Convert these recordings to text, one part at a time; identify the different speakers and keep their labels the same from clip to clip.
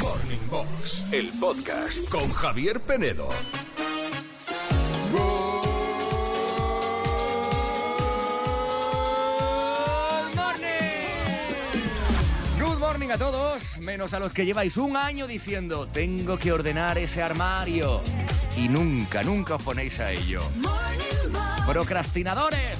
Speaker 1: Morning Box, el podcast con Javier Penedo.
Speaker 2: Good morning a todos, menos a los que lleváis un año diciendo tengo que ordenar ese armario y nunca, nunca os ponéis a ello. Procrastinadores.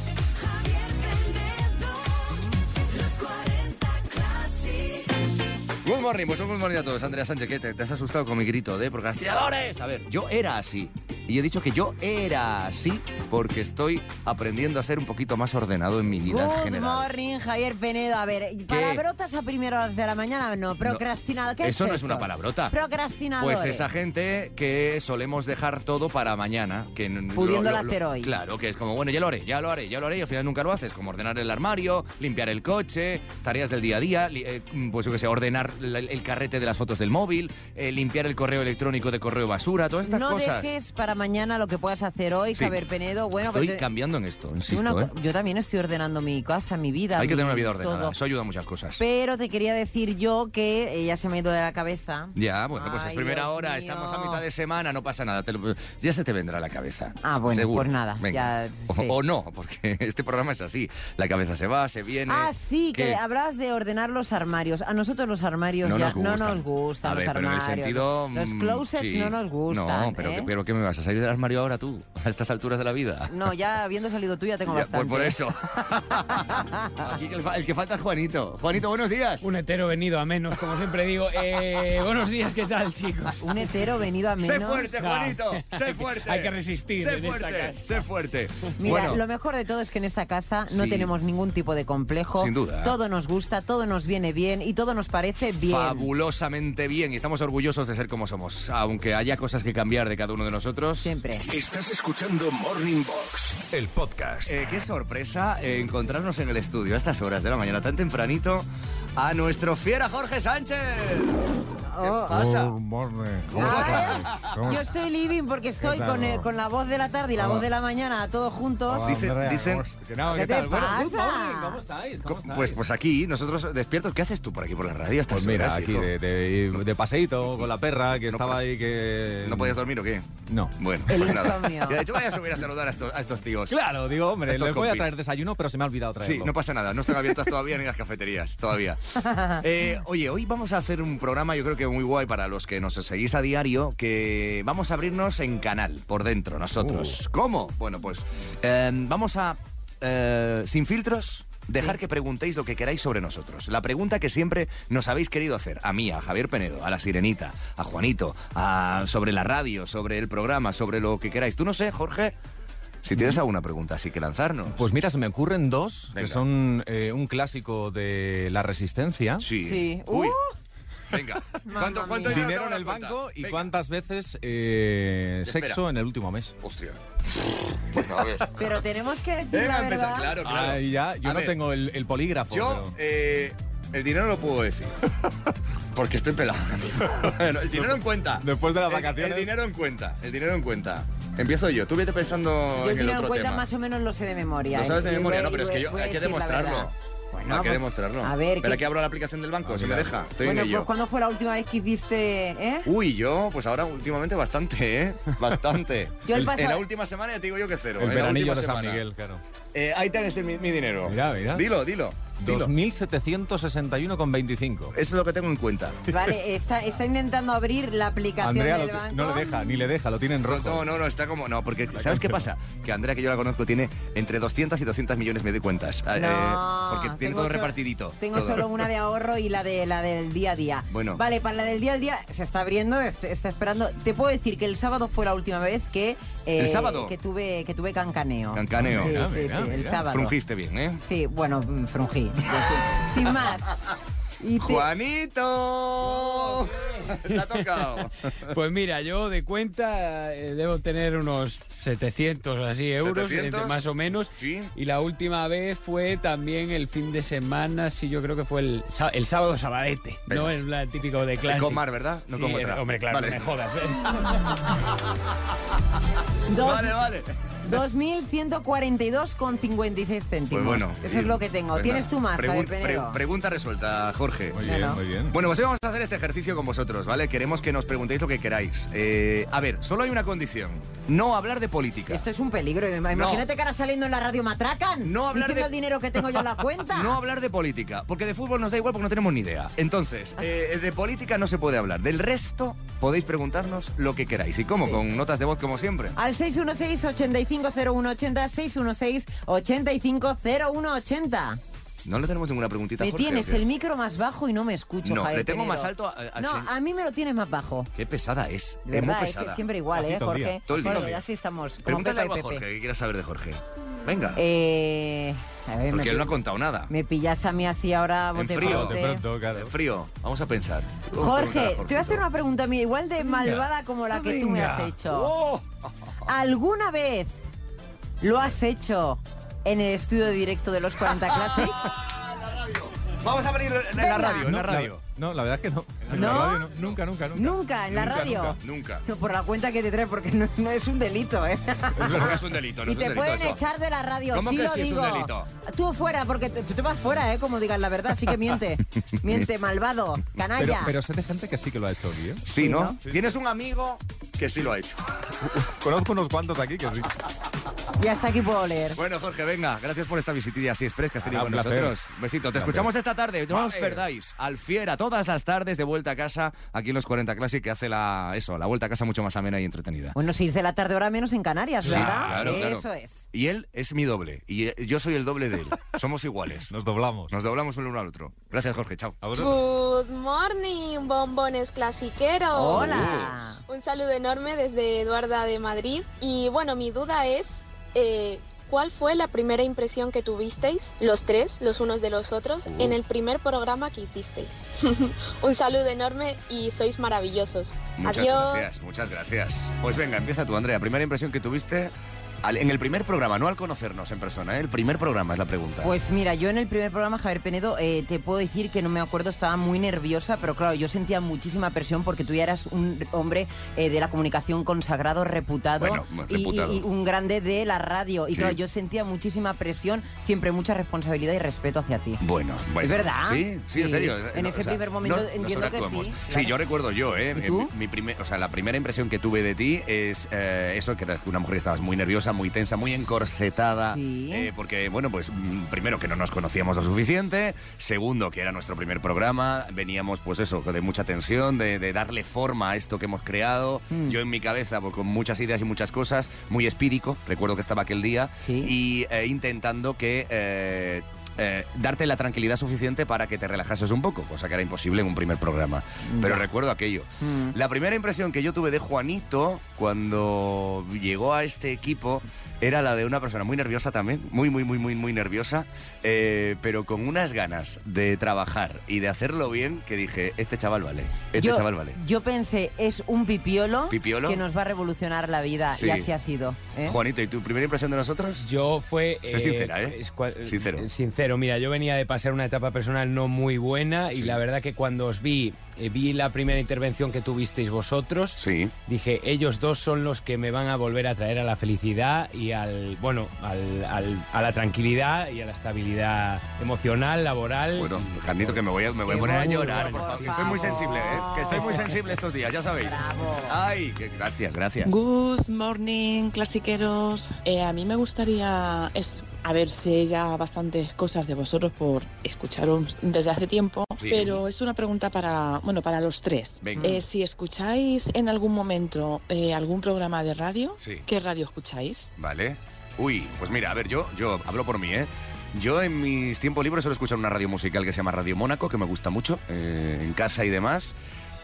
Speaker 2: Good morning, pues un good morning a todos. Andrea Sánchez, que te, te has asustado con mi grito de procrastinadores. A ver, yo era así. Y he dicho que yo era así porque estoy aprendiendo a ser un poquito más ordenado en mi vida en
Speaker 3: Good
Speaker 2: general.
Speaker 3: morning, Javier Penedo. A ver, palabrotas a primeras horas de la mañana, no. Procrastinado. ¿Qué
Speaker 2: Eso no es una palabrota.
Speaker 3: Procrastinador.
Speaker 2: Pues esa gente que solemos dejar todo para mañana. Que n-
Speaker 3: Pudiéndolo hacer hoy.
Speaker 2: Claro, que es como, bueno, ya lo haré, ya lo haré, ya lo haré, y al final nunca lo haces. Como ordenar el armario, limpiar el coche, tareas del día a día, li- eh, pues yo que sé, ordenar la- el carrete de las fotos del móvil, eh, limpiar el correo electrónico de correo basura, todas estas
Speaker 3: no
Speaker 2: cosas.
Speaker 3: dejes para mañana lo que puedas hacer hoy,
Speaker 2: Sí.
Speaker 3: Javier Penedo. Bueno,
Speaker 2: Estoy
Speaker 3: pero te-
Speaker 2: cambiando en esto, insisto.
Speaker 3: una
Speaker 2: ¿eh?
Speaker 3: co- Yo también estoy ordenando mi casa, mi vida.
Speaker 2: Hay que
Speaker 3: mi-
Speaker 2: tener una vida ordenada,
Speaker 3: todo.
Speaker 2: eso ayuda a muchas cosas.
Speaker 3: Pero te quería decir yo que eh, ya se me ha ido de la cabeza.
Speaker 2: Ya, bueno, pues es
Speaker 3: Ay,
Speaker 2: primera
Speaker 3: Dios
Speaker 2: hora,
Speaker 3: mío.
Speaker 2: estamos a mitad de semana, no pasa nada, te lo- ya se te vendrá a la cabeza.
Speaker 3: Ah, bueno,
Speaker 2: seguro.
Speaker 3: pues nada,
Speaker 2: Venga.
Speaker 3: ya,
Speaker 2: o,
Speaker 3: sí.
Speaker 2: o no, porque este programa es así, la cabeza se va, se viene.
Speaker 3: Ah, sí, que
Speaker 2: ¿qué?
Speaker 3: habrás de ordenar los armarios. A nosotros los armarios
Speaker 2: No
Speaker 3: ya
Speaker 2: nos gustan.
Speaker 3: no nos gustan
Speaker 2: A
Speaker 3: los
Speaker 2: ver, pero en el
Speaker 3: armarios.
Speaker 2: sentido...
Speaker 3: los
Speaker 2: mm,
Speaker 3: closets
Speaker 2: sí.
Speaker 3: no nos gustan.
Speaker 2: No, pero,
Speaker 3: ¿eh?
Speaker 2: que- pero ¿qué me vas a salir del armario ahora tú? A estas alturas de la vida.
Speaker 3: No, ya habiendo salido tú ya tengo
Speaker 2: Ya,
Speaker 3: bastante.
Speaker 2: pues por eso. Aquí que el, fa- el que falta es Juanito. Juanito, buenos días.
Speaker 4: Un hetero venido a menos, como siempre digo. Eh, buenos días, ¿qué tal, chicos?
Speaker 3: Un hetero venido a menos.
Speaker 2: Sé fuerte,
Speaker 4: No.
Speaker 2: Juanito. Sé
Speaker 4: Hay que-
Speaker 2: fuerte.
Speaker 4: hay que resistir en
Speaker 2: Sé
Speaker 4: esta
Speaker 2: fuerte.
Speaker 4: casa.
Speaker 2: Sé fuerte.
Speaker 3: Mira,
Speaker 2: Bueno.
Speaker 3: lo mejor de todo es que en esta casa no
Speaker 2: Sí.
Speaker 3: tenemos ningún tipo de complejo.
Speaker 2: Sin duda.
Speaker 3: Todo nos gusta, todo nos viene bien y todo nos parece bien.
Speaker 2: fabulosamente bien y estamos orgullosos de ser como somos, aunque haya cosas que cambiar de cada uno de nosotros.
Speaker 3: Siempre.
Speaker 1: Estás escuchando Morning Box, el podcast.
Speaker 2: Eh, qué sorpresa eh, encontrarnos en el estudio a estas horas de la mañana, tan tempranito, a nuestro fiera Jorge Sánchez.
Speaker 3: Oh.
Speaker 2: pasa?
Speaker 5: Good morning.
Speaker 3: Ay,
Speaker 5: ¿Cómo
Speaker 3: Ah, ¿eh? Yo
Speaker 5: estás?
Speaker 3: estoy living porque estoy
Speaker 5: ¿Qué tal?
Speaker 3: con, el- con la voz de la tarde y la
Speaker 5: Hola.
Speaker 3: voz de la mañana, todos juntos.
Speaker 5: Hola,
Speaker 2: Ah. Dice-
Speaker 5: Andrea,
Speaker 2: dicen-
Speaker 5: ¿cómo estás?
Speaker 4: Que no,
Speaker 3: ¿Qué
Speaker 4: ¿qué
Speaker 3: te
Speaker 4: tal? Bueno,
Speaker 5: pues,
Speaker 4: good
Speaker 3: pasa?
Speaker 4: morning, ¿Cómo estáis? ¿Cómo estáis?
Speaker 2: Pues, pues aquí, nosotros despiertos, ¿qué haces tú por aquí por la radio? a estas
Speaker 5: Pues mira,
Speaker 2: horas,
Speaker 5: aquí
Speaker 2: hijo?
Speaker 5: de, de, de paseíto con la perra que estaba
Speaker 2: pero-
Speaker 5: ahí que...
Speaker 2: ¿No podías dormir o qué?
Speaker 5: No.
Speaker 2: Bueno,
Speaker 3: El
Speaker 2: pues nada.
Speaker 3: insomnio.
Speaker 2: Ya, De hecho, voy a subir a saludar a estos, a estos tíos.
Speaker 5: Claro, digo, hombre,
Speaker 2: Estos
Speaker 5: les voy a
Speaker 2: compis.
Speaker 5: traer desayuno, pero se me ha olvidado traerlo.
Speaker 2: Sí, no pasa nada, no están abiertas todavía ni las cafeterías, todavía. Eh, oye, hoy vamos a hacer un programa, yo creo que muy guay para los que nos seguís a diario, que vamos a abrirnos en canal, por dentro, nosotros. ¿Cómo? Bueno, pues eh, vamos a, eh, sin filtros, dejar que preguntéis lo que queráis sobre nosotros. La pregunta que siempre nos habéis querido hacer, a mí, a Javier Penedo, a La Sirenita, a Juanito, a- sobre la radio, sobre el programa, sobre lo que queráis. Tú no sé, Jorge, si tienes alguna pregunta así que lanzarnos.
Speaker 5: Pues mira, se me ocurren dos,
Speaker 2: Venga.
Speaker 5: que son eh, un clásico de la resistencia.
Speaker 2: Sí.
Speaker 3: Sí.
Speaker 2: Uy.
Speaker 3: ¡Uh!
Speaker 2: Venga.
Speaker 3: Mamma
Speaker 2: ¿Cuánto, cuánto
Speaker 3: mía.
Speaker 5: Dinero
Speaker 2: dinero
Speaker 5: en
Speaker 2: tengo
Speaker 5: el
Speaker 2: cuenta?
Speaker 5: banco y
Speaker 2: Venga.
Speaker 5: cuántas veces eh,
Speaker 2: Espera.
Speaker 5: sexo en el último mes.
Speaker 2: Hostia.
Speaker 3: Pues
Speaker 2: Bueno, a ver.
Speaker 3: Pero tenemos que decir
Speaker 2: Venga,
Speaker 3: la
Speaker 2: empezar.
Speaker 3: verdad.
Speaker 2: Claro, claro.
Speaker 5: Ahí ya, yo
Speaker 2: A
Speaker 5: no
Speaker 2: ver,
Speaker 5: tengo el, el polígrafo.
Speaker 2: Yo,
Speaker 5: pero-
Speaker 2: eh, el dinero lo puedo decir. Porque estoy pelado. bueno, el dinero en cuenta.
Speaker 5: Después de las
Speaker 2: El-
Speaker 5: vacaciones.
Speaker 2: El, dinero en cuenta. El dinero en cuenta. Empiezo yo. Tú vete pensando
Speaker 3: Yo
Speaker 2: en el
Speaker 3: teniendo en
Speaker 2: otro
Speaker 3: cuenta
Speaker 2: tema.
Speaker 3: más o menos lo sé de memoria. ¿eh?
Speaker 2: Lo sabes de
Speaker 3: Y- y
Speaker 2: memoria,
Speaker 3: voy-
Speaker 2: no, pero es que
Speaker 3: voy-
Speaker 2: yo,
Speaker 3: voy a
Speaker 2: hay que
Speaker 3: decir la
Speaker 2: demostrarlo.
Speaker 3: verdad. Bueno,
Speaker 2: hay que
Speaker 3: pues,
Speaker 2: demostrarlo.
Speaker 3: A ver,
Speaker 2: Espera
Speaker 3: ¿qué-
Speaker 2: que abro la aplicación del banco,
Speaker 5: Ah,
Speaker 2: si me
Speaker 5: mira.
Speaker 2: deja. Estoy
Speaker 3: bueno,
Speaker 2: en ello.
Speaker 3: pues ¿cuándo fue la última vez que hiciste, eh?
Speaker 2: Uy, yo, pues ahora últimamente bastante, ¿eh? Bastante.
Speaker 3: Yo el
Speaker 2: En-
Speaker 3: paso-
Speaker 2: en la última semana ya te digo yo que cero.
Speaker 5: el
Speaker 2: en la
Speaker 5: veranillo
Speaker 2: última
Speaker 5: de San
Speaker 2: semana.
Speaker 5: Miguel, claro.
Speaker 2: Eh, ahí tienes el- mi, mi dinero.
Speaker 5: Mira, mira.
Speaker 2: Dilo, dilo. dilo.
Speaker 5: 2.761,25.
Speaker 2: Eso es lo que tengo en cuenta.
Speaker 3: Vale, está, está intentando abrir la aplicación
Speaker 5: Andrea
Speaker 3: del
Speaker 5: lo ti-
Speaker 3: banco.
Speaker 5: no le deja, ni le deja, lo tiene en rojo.
Speaker 2: No, no, no, está como. No, porque ¿sabes qué pasa? Que Andrea, que yo la conozco, tiene entre 200 y 200 millones, me doy cuentas. Eh,
Speaker 3: No,
Speaker 2: porque tiene
Speaker 3: tengo
Speaker 2: todo
Speaker 3: so-
Speaker 2: repartidito.
Speaker 3: Tengo
Speaker 2: todo.
Speaker 3: solo una de ahorro y la de la del día a día.
Speaker 2: Bueno.
Speaker 3: Vale, para la del día al día se está abriendo, est- está esperando. Te puedo decir que el sábado fue la última vez que eh,
Speaker 2: ¿El sábado?
Speaker 3: que tuve que tuve cancaneo.
Speaker 2: Cancaneo. Ah,
Speaker 5: Mira,
Speaker 3: Sí, sí,
Speaker 5: mira,
Speaker 3: sí, el
Speaker 5: mira.
Speaker 3: sábado.
Speaker 2: Frungiste bien, ¿eh?
Speaker 3: Sí, bueno, mm, frungí. Sin más. Y te-
Speaker 2: ¡Juanito! Te ha tocado.
Speaker 4: Pues mira, yo de cuenta eh, debo tener unos 700 así euros,
Speaker 2: 700,
Speaker 4: entre más o menos.
Speaker 2: sí.
Speaker 4: Y la última vez fue también el fin de semana, sí, yo creo que fue el, sá- el sábado sabadete.
Speaker 2: Verás.
Speaker 4: No es la típico de clase.
Speaker 2: Con Mar, ¿verdad? No
Speaker 4: Sí,
Speaker 2: con otra.
Speaker 4: eh, hombre, claro,
Speaker 2: Vale.
Speaker 4: no me jodas.
Speaker 3: dos,
Speaker 2: Vale, Pues vale.
Speaker 3: 2.142,56 céntimos.
Speaker 2: Pues bueno.
Speaker 3: Eso es lo que tengo.
Speaker 2: Pues
Speaker 3: Tienes
Speaker 2: nada.
Speaker 3: tú más,
Speaker 2: Pregun-
Speaker 3: Javier
Speaker 2: pre-
Speaker 3: Penedo.
Speaker 2: pregunta resuelta, Jorge.
Speaker 5: Muy
Speaker 3: No,
Speaker 5: bien,
Speaker 3: no.
Speaker 5: muy bien.
Speaker 2: Bueno, pues hoy vamos a hacer este ejercicio con vosotros, ¿vale? Queremos que nos preguntéis lo que queráis. Eh, a ver, solo hay una condición. No hablar de política.
Speaker 3: Esto es un peligro. Imagínate que ahora saliendo en la radio matracan.
Speaker 2: No hablar
Speaker 3: diciendo
Speaker 2: de-
Speaker 3: el dinero que tengo yo en la cuenta.
Speaker 2: No hablar de política, porque de fútbol nos da igual porque no tenemos ni idea. Entonces,
Speaker 3: Ah.
Speaker 2: eh, de política no se puede hablar. Del resto podéis preguntarnos lo que queráis. ¿Y cómo? Con notas de voz como siempre.
Speaker 3: Al 616-850180, 616-850180.
Speaker 2: No le tenemos ninguna preguntita.
Speaker 3: Me
Speaker 2: Jorge,
Speaker 3: tienes
Speaker 2: ¿o qué?
Speaker 3: el micro más bajo y no me escucho,
Speaker 2: No,
Speaker 3: Javier
Speaker 2: le tengo
Speaker 3: Penedo.
Speaker 2: más alto a- a-
Speaker 3: No,
Speaker 2: al sen-
Speaker 3: a mí me lo tienes más bajo.
Speaker 2: Qué pesada es.
Speaker 3: De
Speaker 2: es muy
Speaker 3: verdad, es
Speaker 2: pesada.
Speaker 3: que siempre igual,
Speaker 5: Así
Speaker 3: ¿eh,
Speaker 5: todo el día.
Speaker 3: Jorge?
Speaker 2: Todo el día.
Speaker 3: Bueno, así estamos. como
Speaker 2: Pregúntale
Speaker 3: Pepa
Speaker 2: algo
Speaker 3: y
Speaker 2: a
Speaker 3: Pepe.
Speaker 2: Jorge, que quieras saber de Jorge. Venga.
Speaker 3: Eh, a ver, me,
Speaker 2: porque él no ha
Speaker 3: pi-
Speaker 2: contado nada.
Speaker 3: me pillas a mí así ahora bote
Speaker 2: frío,
Speaker 3: pronto.
Speaker 5: de pronto, claro.
Speaker 2: En frío. Vamos a pensar.
Speaker 3: Jorge, te voy a hacer una pregunta mía, igual de malvada como la que tú me has hecho.
Speaker 2: ¡Oh!
Speaker 3: ¿Alguna vez lo has hecho en el estudio directo de los 40 Classic?
Speaker 2: Vamos a venir en
Speaker 3: Venga.
Speaker 2: la radio, en
Speaker 5: No,
Speaker 2: la radio.
Speaker 5: No, la verdad es que no. En la
Speaker 3: ¿No?
Speaker 5: radio no. Nunca, nunca, nunca.
Speaker 3: Nunca, en la radio.
Speaker 5: nunca.
Speaker 2: Nunca.
Speaker 3: No, Por la cuenta que te trae, porque no, no es un delito, ¿eh?
Speaker 2: No es un delito, no
Speaker 3: y
Speaker 2: es un
Speaker 3: te
Speaker 2: delito
Speaker 3: pueden
Speaker 2: eso.
Speaker 3: echar de la radio,
Speaker 2: ¿Cómo
Speaker 3: sí
Speaker 2: que
Speaker 3: lo
Speaker 2: sí es
Speaker 3: digo.
Speaker 2: un delito?
Speaker 3: Tú fuera, porque te- tú te vas fuera, ¿eh? Como digas la verdad, así que miente. miente, malvado, canalla.
Speaker 5: Pero, pero sé de gente que sí que lo ha hecho aquí, ¿eh?
Speaker 2: Sí,
Speaker 3: Sí,
Speaker 2: ¿no?
Speaker 3: ¿no?
Speaker 2: Tienes un amigo que sí lo ha hecho.
Speaker 5: Conozco unos cuantos aquí que sí.
Speaker 3: Y hasta aquí puedo leer.
Speaker 2: Bueno, Jorge, venga, gracias por esta visitilla así express que has tenido
Speaker 5: Ah,
Speaker 2: con
Speaker 5: un placer.
Speaker 2: nosotros. Besito, te
Speaker 5: Placer.
Speaker 2: escuchamos esta tarde, no os perdáis. Al Fiera, todas las tardes de vuelta a casa, aquí en los 40 Classic, que hace la, eso, la vuelta a casa mucho más amena y entretenida.
Speaker 3: Bueno, 6 de la tarde, hora menos en Canarias,
Speaker 2: Sí,
Speaker 3: ¿verdad?
Speaker 2: claro, claro.
Speaker 3: Eso es.
Speaker 2: Y él es mi doble, y eh, yo soy el doble de él. Somos iguales.
Speaker 5: Nos doblamos.
Speaker 2: Nos doblamos el uno al otro. Gracias, Jorge, chao.
Speaker 5: A vosotros.
Speaker 6: Good morning, bombones clasiqueros.
Speaker 2: Oh.
Speaker 3: Hola.
Speaker 6: Un saludo enorme desde Eduarda de Madrid. Y bueno, mi duda es, eh, ¿cuál fue la primera impresión que tuvisteis, los tres, los unos de los otros,
Speaker 2: Uh.
Speaker 6: en el primer programa que hicisteis? Un saludo enorme y sois maravillosos.
Speaker 2: Muchas
Speaker 6: Adiós.
Speaker 2: gracias, muchas gracias. Pues venga, empieza tú, Andrea. Primera impresión que tuviste al- en el primer programa, no al conocernos en persona, ¿eh? el primer programa es la pregunta.
Speaker 3: Pues mira, yo en el primer programa, Javier Penedo, eh, te puedo decir que no me acuerdo, estaba muy nerviosa, pero claro, yo sentía muchísima presión porque tú ya eras un hombre eh, de la comunicación consagrado, reputado,
Speaker 2: Bueno,
Speaker 3: y-
Speaker 2: reputado.
Speaker 3: Y, y un grande de la radio. Y
Speaker 2: Sí.
Speaker 3: claro, yo sentía muchísima presión, siempre mucha responsabilidad y respeto hacia ti.
Speaker 2: Bueno, bueno.
Speaker 3: ¿Es verdad?
Speaker 2: Sí, sí, en
Speaker 3: Sí.
Speaker 2: serio.
Speaker 3: En ese primer momento entiendo que
Speaker 2: sobreactuamos.
Speaker 3: sí,
Speaker 2: Sí,
Speaker 3: claro.
Speaker 2: yo recuerdo yo, ¿eh?
Speaker 3: ¿Y tú?
Speaker 2: Mi, mi primer, o sea, la primera impresión que tuve de ti es eh, eso, que eras una mujer que estabas muy nerviosa, muy tensa, muy encorsetada.
Speaker 3: Sí.
Speaker 2: eh, porque, bueno, pues mm, primero que no nos conocíamos lo suficiente. Segundo, que era nuestro primer programa. Veníamos, pues eso, de mucha tensión, de, de darle forma a esto que hemos creado.
Speaker 3: Mm.
Speaker 2: Yo en mi cabeza, pues, con muchas ideas y muchas cosas, muy espírico. Recuerdo que estaba aquel día
Speaker 3: Sí.
Speaker 2: y eh, intentando que eh, eh, darte la tranquilidad suficiente para que te relajases un poco, cosa que era imposible en un primer programa. Pero
Speaker 3: Ya.
Speaker 2: recuerdo aquello.
Speaker 3: Mm.
Speaker 2: La primera impresión que yo tuve de Juanito cuando llegó a este equipo era la de una persona muy nerviosa también, muy, muy, muy, muy, muy nerviosa, eh, pero con unas ganas de trabajar y de hacerlo bien que dije, este chaval vale, este
Speaker 3: yo,
Speaker 2: chaval vale.
Speaker 3: Yo pensé, es un pipiolo,
Speaker 2: ¿Pipiolo?
Speaker 3: que nos va a revolucionar la vida,
Speaker 2: Sí.
Speaker 3: y así ha sido. ¿eh?
Speaker 2: Juanito, ¿y tu primera impresión de nosotros?
Speaker 4: Yo fue...
Speaker 2: Sé sincera, ¿eh?
Speaker 4: es cua-
Speaker 2: Sincero.
Speaker 4: eh, Sincero, mira, yo venía de pasar una etapa personal no muy buena y
Speaker 2: Sí.
Speaker 4: la verdad que cuando os vi, eh, vi la primera intervención que tuvisteis vosotros,
Speaker 2: Sí.
Speaker 4: dije, ellos dos son los que me van a volver a traer a la felicidad y al, bueno, al- al- a la tranquilidad y a la estabilidad emocional, laboral.
Speaker 2: Bueno, pues
Speaker 4: y-
Speaker 2: Janito, que me voy a, me voy a
Speaker 4: Qué
Speaker 2: poner a
Speaker 4: bueno,
Speaker 2: llorar, por
Speaker 4: bueno,
Speaker 2: favor.
Speaker 4: sí,
Speaker 2: que estoy muy
Speaker 3: por favor.
Speaker 2: sensible, ¿eh? Que estoy muy sensible estos días, ya sabéis.
Speaker 3: Bravo.
Speaker 2: Ay, que- gracias, gracias.
Speaker 7: Good morning, clasiqueros. Eh, a mí me gustaría es, a ver sé ya bastantes cosas de vosotros por escucharos desde hace tiempo,
Speaker 2: Sí.
Speaker 7: pero es una pregunta para bueno para los tres.
Speaker 2: Venga.
Speaker 7: Eh, si escucháis en algún momento eh, algún programa de radio,
Speaker 2: Sí.
Speaker 7: ¿qué radio escucháis?
Speaker 2: Vale. Uy, pues mira, a ver, yo, yo hablo por mí, ¿eh? Yo en mis tiempos libres suelo escuchar una radio musical que se llama Radio Mónaco, que me gusta mucho, eh, en casa y demás.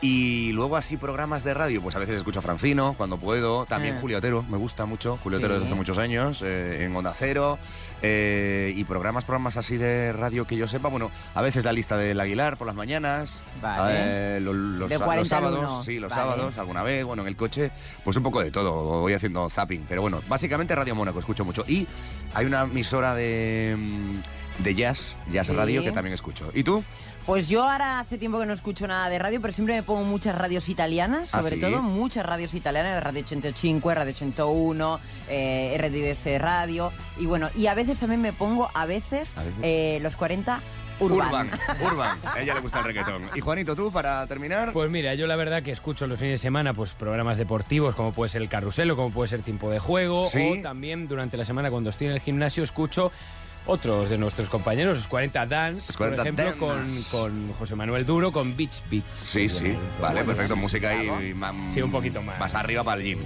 Speaker 2: Y luego así programas de radio, pues a veces escucho a Francino cuando puedo, también
Speaker 3: Ah.
Speaker 2: Julio Otero, me gusta mucho, Julio Otero
Speaker 3: Sí.
Speaker 2: desde hace muchos años, eh, en Onda Cero, eh, y programas, programas así de radio que yo sepa, bueno, a veces la lista del Aguilar por las mañanas,
Speaker 3: Vale.
Speaker 2: eh, lo- los,
Speaker 3: De
Speaker 2: los
Speaker 3: 40 al uno.
Speaker 2: sábados, sí, los
Speaker 3: Vale.
Speaker 2: sábados, alguna vez, bueno, en el coche, pues un poco de todo, voy haciendo zapping, pero bueno, básicamente Radio Mónaco escucho mucho. Y hay una emisora de mm, de jazz, jazz
Speaker 3: Sí.
Speaker 2: radio, que también escucho. ¿Y tú?
Speaker 3: Pues yo ahora hace tiempo que no escucho nada de radio, pero siempre me pongo muchas radios italianas,
Speaker 2: Ah,
Speaker 3: sobre
Speaker 2: ¿sí?
Speaker 3: todo muchas radios italianas, Radio 85, Radio 101, eh, RDS Radio, y bueno, y a veces también me pongo, a veces,
Speaker 2: A veces.
Speaker 3: eh, los 40 Urban.
Speaker 2: Urban. A ella le gusta el reggaetón. Y Juanito, tú, para terminar.
Speaker 4: Pues mira, yo la verdad que escucho los fines de semana pues programas deportivos como puede ser el carrusel o como puede ser tiempo de juego
Speaker 2: Sí.
Speaker 4: o también durante la semana cuando estoy en el gimnasio escucho otros de nuestros compañeros, los 40 Dance,
Speaker 2: Los 40
Speaker 4: por ejemplo,
Speaker 2: Dance.
Speaker 4: Con, con José Manuel Duro, con Beach Beats.
Speaker 2: Sí, sí. Vale, perfecto. Música y, y ma- mm,
Speaker 4: Sí, un poquito más.
Speaker 2: Más arriba para el gym.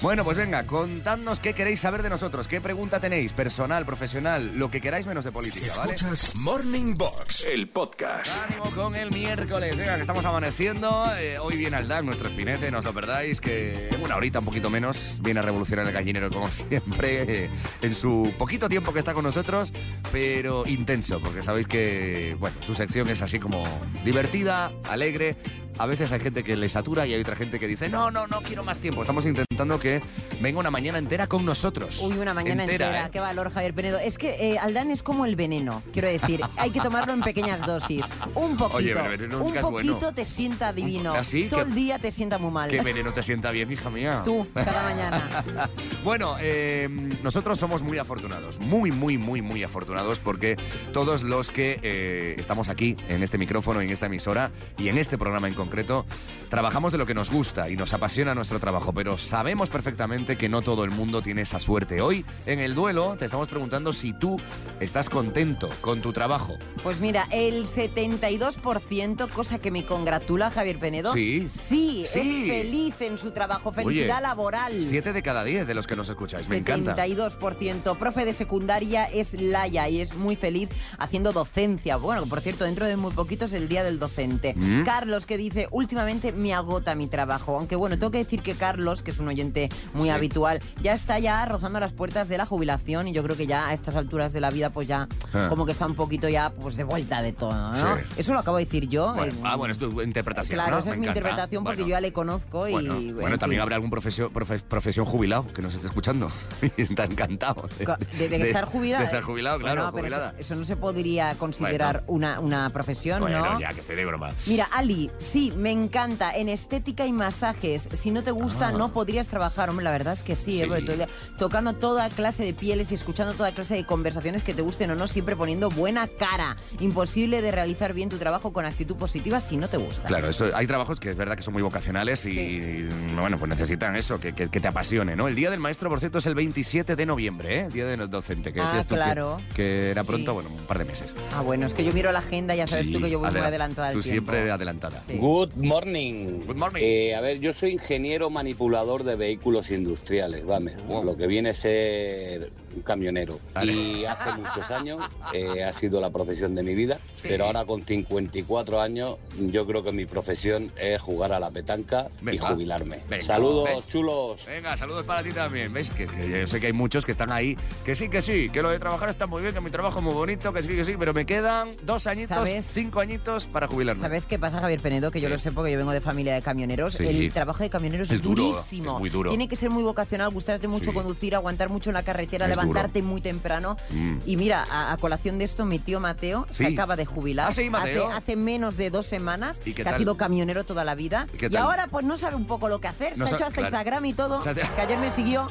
Speaker 2: Bueno, pues venga, contadnos qué queréis saber de nosotros, qué pregunta tenéis, personal, profesional, lo que queráis menos de política, ¿vale?
Speaker 1: Escuchas Morning Box, el podcast.
Speaker 2: Ánimo con el miércoles, venga, que estamos amaneciendo. eh, hoy viene al DAC nuestro espinete, no os lo perdáis, que en una horita, un poquito menos, viene a revolucionar el gallinero como siempre, eh, en su poquito tiempo que está con nosotros, pero intenso, porque sabéis que, bueno, su sección es así como divertida, alegre. A veces hay gente que le satura y hay otra gente que dice, no, no, no quiero más tiempo. Estamos intentando que venga una mañana entera con nosotros.
Speaker 3: Uy, una mañana entera.
Speaker 2: ¿eh?
Speaker 3: Qué valor, Javier Penedo. Es que eh, Aldán es como el veneno, quiero decir. Hay que tomarlo en pequeñas dosis. Un poquito.
Speaker 2: Oye, pero el veneno
Speaker 3: un
Speaker 2: nunca es bueno.
Speaker 3: poquito te sienta divino.
Speaker 2: ¿Ah, sí?
Speaker 3: Todo
Speaker 2: ¿Qué-
Speaker 3: el día te sienta muy mal.
Speaker 2: Qué veneno te sienta bien, hija mía.
Speaker 3: Tú, cada mañana.
Speaker 2: Bueno, eh, nosotros somos muy afortunados, muy, muy, muy, muy afortunados porque todos los que eh, estamos aquí, en este micrófono, en esta emisora y en este programa en concreto, trabajamos de lo que nos gusta y nos apasiona nuestro trabajo, pero sabemos perfectamente que no todo el mundo tiene esa suerte. Hoy, en el duelo, te estamos preguntando si tú estás contento con tu trabajo.
Speaker 3: Pues mira, el 72%, cosa que me congratula Javier Penedo.
Speaker 2: Sí.
Speaker 3: Sí,
Speaker 2: Sí.
Speaker 3: es feliz en su trabajo, felicidad
Speaker 2: Oye,
Speaker 3: laboral.
Speaker 2: Siete de cada diez de los que nos escucháis, me encanta.
Speaker 3: 72%. Profe de secundaria es Laia y es muy feliz haciendo docencia. Bueno, por cierto, dentro de muy poquito es el día del docente.
Speaker 2: Mm.
Speaker 3: Carlos que dice, últimamente me agota mi trabajo. Aunque bueno, tengo que decir que Carlos, que es un oyente muy
Speaker 2: Sí.
Speaker 3: habitual, ya está ya rozando las puertas de la jubilación y yo creo que ya a estas alturas de la vida pues ya
Speaker 2: Ah.
Speaker 3: como que está un poquito ya pues de vuelta de todo. ¿no?
Speaker 2: Sí.
Speaker 3: Eso lo acabo de decir yo.
Speaker 2: Bueno,
Speaker 3: eh,
Speaker 2: ah, bueno, es tu interpretación.
Speaker 3: Claro,
Speaker 2: ¿no?
Speaker 3: esa
Speaker 2: Me
Speaker 3: es mi
Speaker 2: encanta.
Speaker 3: interpretación porque
Speaker 2: Bueno.
Speaker 3: yo ya le conozco y...
Speaker 2: Bueno,
Speaker 3: en
Speaker 2: bueno, también
Speaker 3: fin.
Speaker 2: habrá algún profesio- profe- profesión jubilado que nos esté escuchando y está encantado.
Speaker 3: Co- De, de estar jubilada.
Speaker 2: De estar jubilado, claro,
Speaker 3: Bueno, pero eso-
Speaker 2: jubilada.
Speaker 3: Eso, no se podría considerar una, una profesión,
Speaker 2: Bueno,
Speaker 3: ¿no?
Speaker 2: ya que estoy de broma.
Speaker 3: Mira, Ali, sí, me encanta. En estética y masajes, si no te gusta,
Speaker 2: Ah.
Speaker 3: no podrías trabajar. Hombre, la verdad es que sí, ¿eh?
Speaker 2: Sí.
Speaker 3: Porque todo el día tocando toda clase de pieles y escuchando toda clase de conversaciones que te gusten o no, siempre poniendo buena cara. Imposible de realizar bien tu trabajo con actitud positiva si no te gusta.
Speaker 2: Claro, eso, hay trabajos que es verdad que son muy vocacionales y,
Speaker 3: Sí.
Speaker 2: bueno, pues necesitan eso, que, que- que te apasione, ¿no? El Día del Maestro, por cierto, es el 27 de noviembre, ¿eh? El Día del Docente, que
Speaker 3: Ah,
Speaker 2: decías tú que-
Speaker 3: claro.
Speaker 2: que, era
Speaker 3: Sí.
Speaker 2: pronto, bueno, un par de meses.
Speaker 3: Ah, bueno, es que yo miro la agenda, ya sabes
Speaker 2: Sí,
Speaker 3: tú que yo voy muy
Speaker 2: adela-
Speaker 3: adelantada al
Speaker 2: Tú
Speaker 3: tiempo.
Speaker 2: siempre adelantada.
Speaker 3: Sí.
Speaker 8: Good morning.
Speaker 2: Good morning.
Speaker 8: Eh, a ver, yo soy ingeniero manipulador de vehículos industriales, vamos,
Speaker 2: Wow.
Speaker 8: lo que viene a ser un camionero.
Speaker 2: Vale.
Speaker 8: Y hace muchos años eh, ha sido la profesión de mi vida,
Speaker 3: Sí.
Speaker 8: pero ahora con 54 años yo creo que mi profesión es jugar a la petanca
Speaker 2: Venga.
Speaker 8: y jubilarme.
Speaker 2: Venga,
Speaker 8: Saludos,
Speaker 2: ¿ves?
Speaker 8: chulos.
Speaker 2: Venga, saludos para ti también. ¿Ves? Que, que yo sé que hay muchos que están ahí. Que sí, que sí, que lo de trabajar está muy bien, que mi trabajo es muy bonito, que sí, que sí, pero me quedan dos añitos,
Speaker 3: ¿Sabes?
Speaker 2: cinco añitos para jubilarme.
Speaker 3: ¿Sabes qué pasa, Javier Penedo? Que yo
Speaker 2: Sí.
Speaker 3: lo sé porque yo vengo de familia de camioneros.
Speaker 2: Sí.
Speaker 3: El trabajo de camioneros es,
Speaker 2: Es duro,
Speaker 3: durísimo.
Speaker 2: es muy duro.
Speaker 3: Tiene que ser muy vocacional, gustarte mucho
Speaker 2: Sí.
Speaker 3: conducir, aguantar mucho en la carretera,
Speaker 2: Es
Speaker 3: levantarte muy temprano.
Speaker 2: Mm.
Speaker 3: Y mira, a, a colación de esto, mi tío Mateo
Speaker 2: Sí.
Speaker 3: se acaba de jubilar.
Speaker 2: Ah, sí, Mateo.
Speaker 3: Hace, hace menos de dos semanas,
Speaker 2: ¿Y qué
Speaker 3: que ha
Speaker 2: tal?
Speaker 3: sido camionero toda la vida.
Speaker 2: ¿Y qué
Speaker 3: Y
Speaker 2: tal?
Speaker 3: ahora pues no sabe un poco lo que hacer.
Speaker 2: No
Speaker 3: se
Speaker 2: sa-
Speaker 3: ha hecho hasta
Speaker 2: claro.
Speaker 3: Instagram y todo.
Speaker 2: Se Pues hace-
Speaker 3: Que ayer me siguió,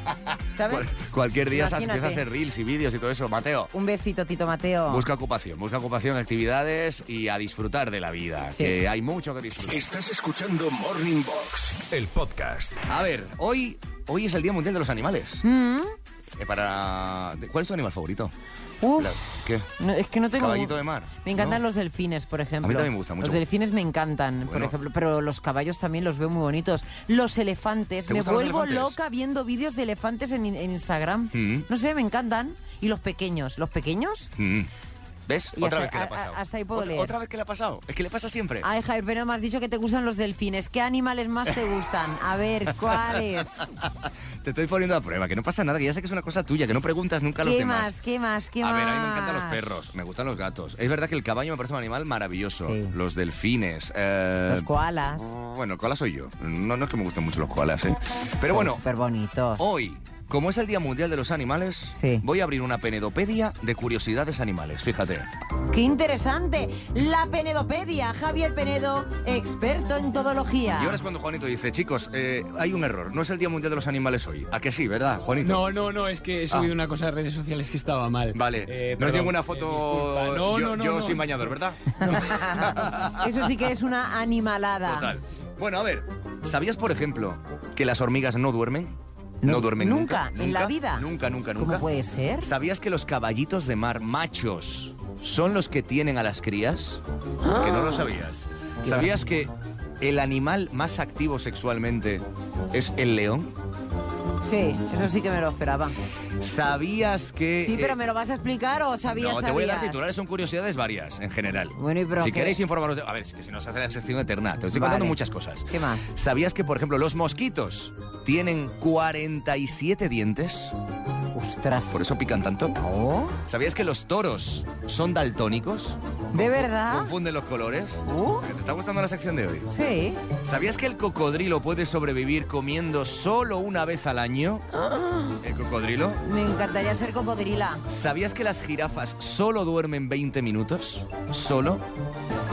Speaker 3: ¿sabes?
Speaker 2: Cual- cualquier día se
Speaker 3: Imagínate.
Speaker 2: empieza a hacer reels y vídeos y todo eso. Mateo,
Speaker 3: Un besito, Tito Mateo.
Speaker 2: busca ocupación, busca ocupación, actividades y a disfrutar de la vida.
Speaker 3: Sí.
Speaker 2: Que hay mucho que disfrutar.
Speaker 1: Estás escuchando Morning Box, el podcast.
Speaker 2: A ver, hoy, hoy es el Día Mundial de los Animales.
Speaker 3: Mm,
Speaker 2: Eh, para... ¿Cuál es tu animal favorito?
Speaker 3: uf,
Speaker 2: La- ¿Qué?
Speaker 3: no, es que no tengo...
Speaker 2: Caballito de mar.
Speaker 3: Me encantan
Speaker 2: ¿No?
Speaker 3: los delfines, por ejemplo.
Speaker 2: también me gustan mucho.
Speaker 3: Los delfines me encantan, por
Speaker 2: Bueno.
Speaker 3: ejemplo, pero los caballos también los veo muy bonitos. Los elefantes,
Speaker 2: ¿Te
Speaker 3: me
Speaker 2: gustan los
Speaker 3: vuelvo
Speaker 2: elefantes?
Speaker 3: loca viendo vídeos de elefantes en, en Instagram.
Speaker 2: Mm.
Speaker 3: No sé, me encantan. Y los pequeños, los pequeños.
Speaker 2: Mm. ¿Ves?
Speaker 3: Y
Speaker 2: otra
Speaker 3: hasta-
Speaker 2: vez que le ha
Speaker 3: a- a-
Speaker 2: pasado.
Speaker 3: hasta ahí puedo
Speaker 2: otra,
Speaker 3: leer.
Speaker 2: otra vez que le ha pasado. Es que le pasa siempre.
Speaker 3: Ay, Javier, pero me has dicho que te gustan los delfines. ¿Qué animales más te gustan? A ver, ¿cuáles?
Speaker 2: Te estoy poniendo a prueba, que no pasa nada, que ya sé que es una cosa tuya, que no preguntas nunca a los
Speaker 3: ¿Qué
Speaker 2: demás.
Speaker 3: más? ¿Qué más? ¿Qué
Speaker 2: a
Speaker 3: más?
Speaker 2: ver, a mí me encantan los perros, me gustan los gatos. Es verdad que el caballo me parece un animal maravilloso.
Speaker 3: Sí.
Speaker 2: Los delfines. eh,
Speaker 3: Los koalas.
Speaker 2: Bueno, koala soy yo. No, no es que me gusten mucho los koalas, ¿eh? Pero bueno,
Speaker 3: Súper bonitos.
Speaker 2: hoy Como es el Día Mundial de los Animales,
Speaker 3: Sí.
Speaker 2: voy a abrir una penedopedia de curiosidades animales. Fíjate.
Speaker 3: ¡Qué interesante! La Penedopedia. Javier Penedo, experto en todología.
Speaker 2: Y ahora es cuando Juanito dice, chicos, eh, hay un error. No es el Día Mundial de los Animales hoy. ¿A que sí, verdad, Juanito?
Speaker 4: No, no, no, es que he subido
Speaker 2: Ah.
Speaker 4: una cosa a redes sociales que estaba mal.
Speaker 2: Vale.
Speaker 4: Eh,
Speaker 2: no es
Speaker 4: perdón,
Speaker 2: ninguna
Speaker 4: eh,
Speaker 2: foto
Speaker 4: disculpa. no,
Speaker 2: yo,
Speaker 4: no, no,
Speaker 2: yo
Speaker 4: no.
Speaker 2: sin bañador, ¿verdad?
Speaker 3: Eso sí que es una animalada.
Speaker 2: Total. Bueno, a ver, ¿sabías, por ejemplo, que las hormigas no duermen?
Speaker 3: No,
Speaker 2: No, duermen nunca.
Speaker 3: nunca, en la vida.
Speaker 2: Nunca, nunca, nunca.
Speaker 3: ¿Cómo puede ser?
Speaker 2: ¿Sabías que los caballitos de mar machos son los que tienen a las crías? Que
Speaker 3: ¡Ah!
Speaker 2: no lo sabías. ¿Sabías que el animal más activo sexualmente es el león?
Speaker 3: Sí, eso sí que me lo esperaba.
Speaker 2: ¿Sabías que...
Speaker 3: Sí, pero
Speaker 2: eh,
Speaker 3: ¿me lo vas a explicar o sabías?
Speaker 2: no, te voy a dar
Speaker 3: sabías?
Speaker 2: titulares, son curiosidades varias en general.
Speaker 3: Bueno, y pero
Speaker 2: si
Speaker 3: qué-
Speaker 2: queréis informaros... de- A ver, es que si nos hace la sección eterna, te estoy
Speaker 3: Vale.
Speaker 2: contando muchas cosas.
Speaker 3: ¿Qué más?
Speaker 2: ¿Sabías que, por ejemplo, los mosquitos tienen 47 dientes?
Speaker 3: Ostras.
Speaker 2: Por eso pican tanto.
Speaker 3: Oh,
Speaker 2: ¿Sabías que los toros son daltónicos?
Speaker 3: ¿De verdad?
Speaker 2: Confunden los colores.
Speaker 3: Oh,
Speaker 2: ¿Te está gustando la sección de hoy?
Speaker 3: sí.
Speaker 2: ¿Sabías que el cocodrilo puede sobrevivir comiendo solo una vez al año?
Speaker 3: Ah.
Speaker 2: ¿El cocodrilo?
Speaker 3: Me encantaría ser cocodrila.
Speaker 2: ¿Sabías que las jirafas solo duermen 20 minutos? ¿Solo?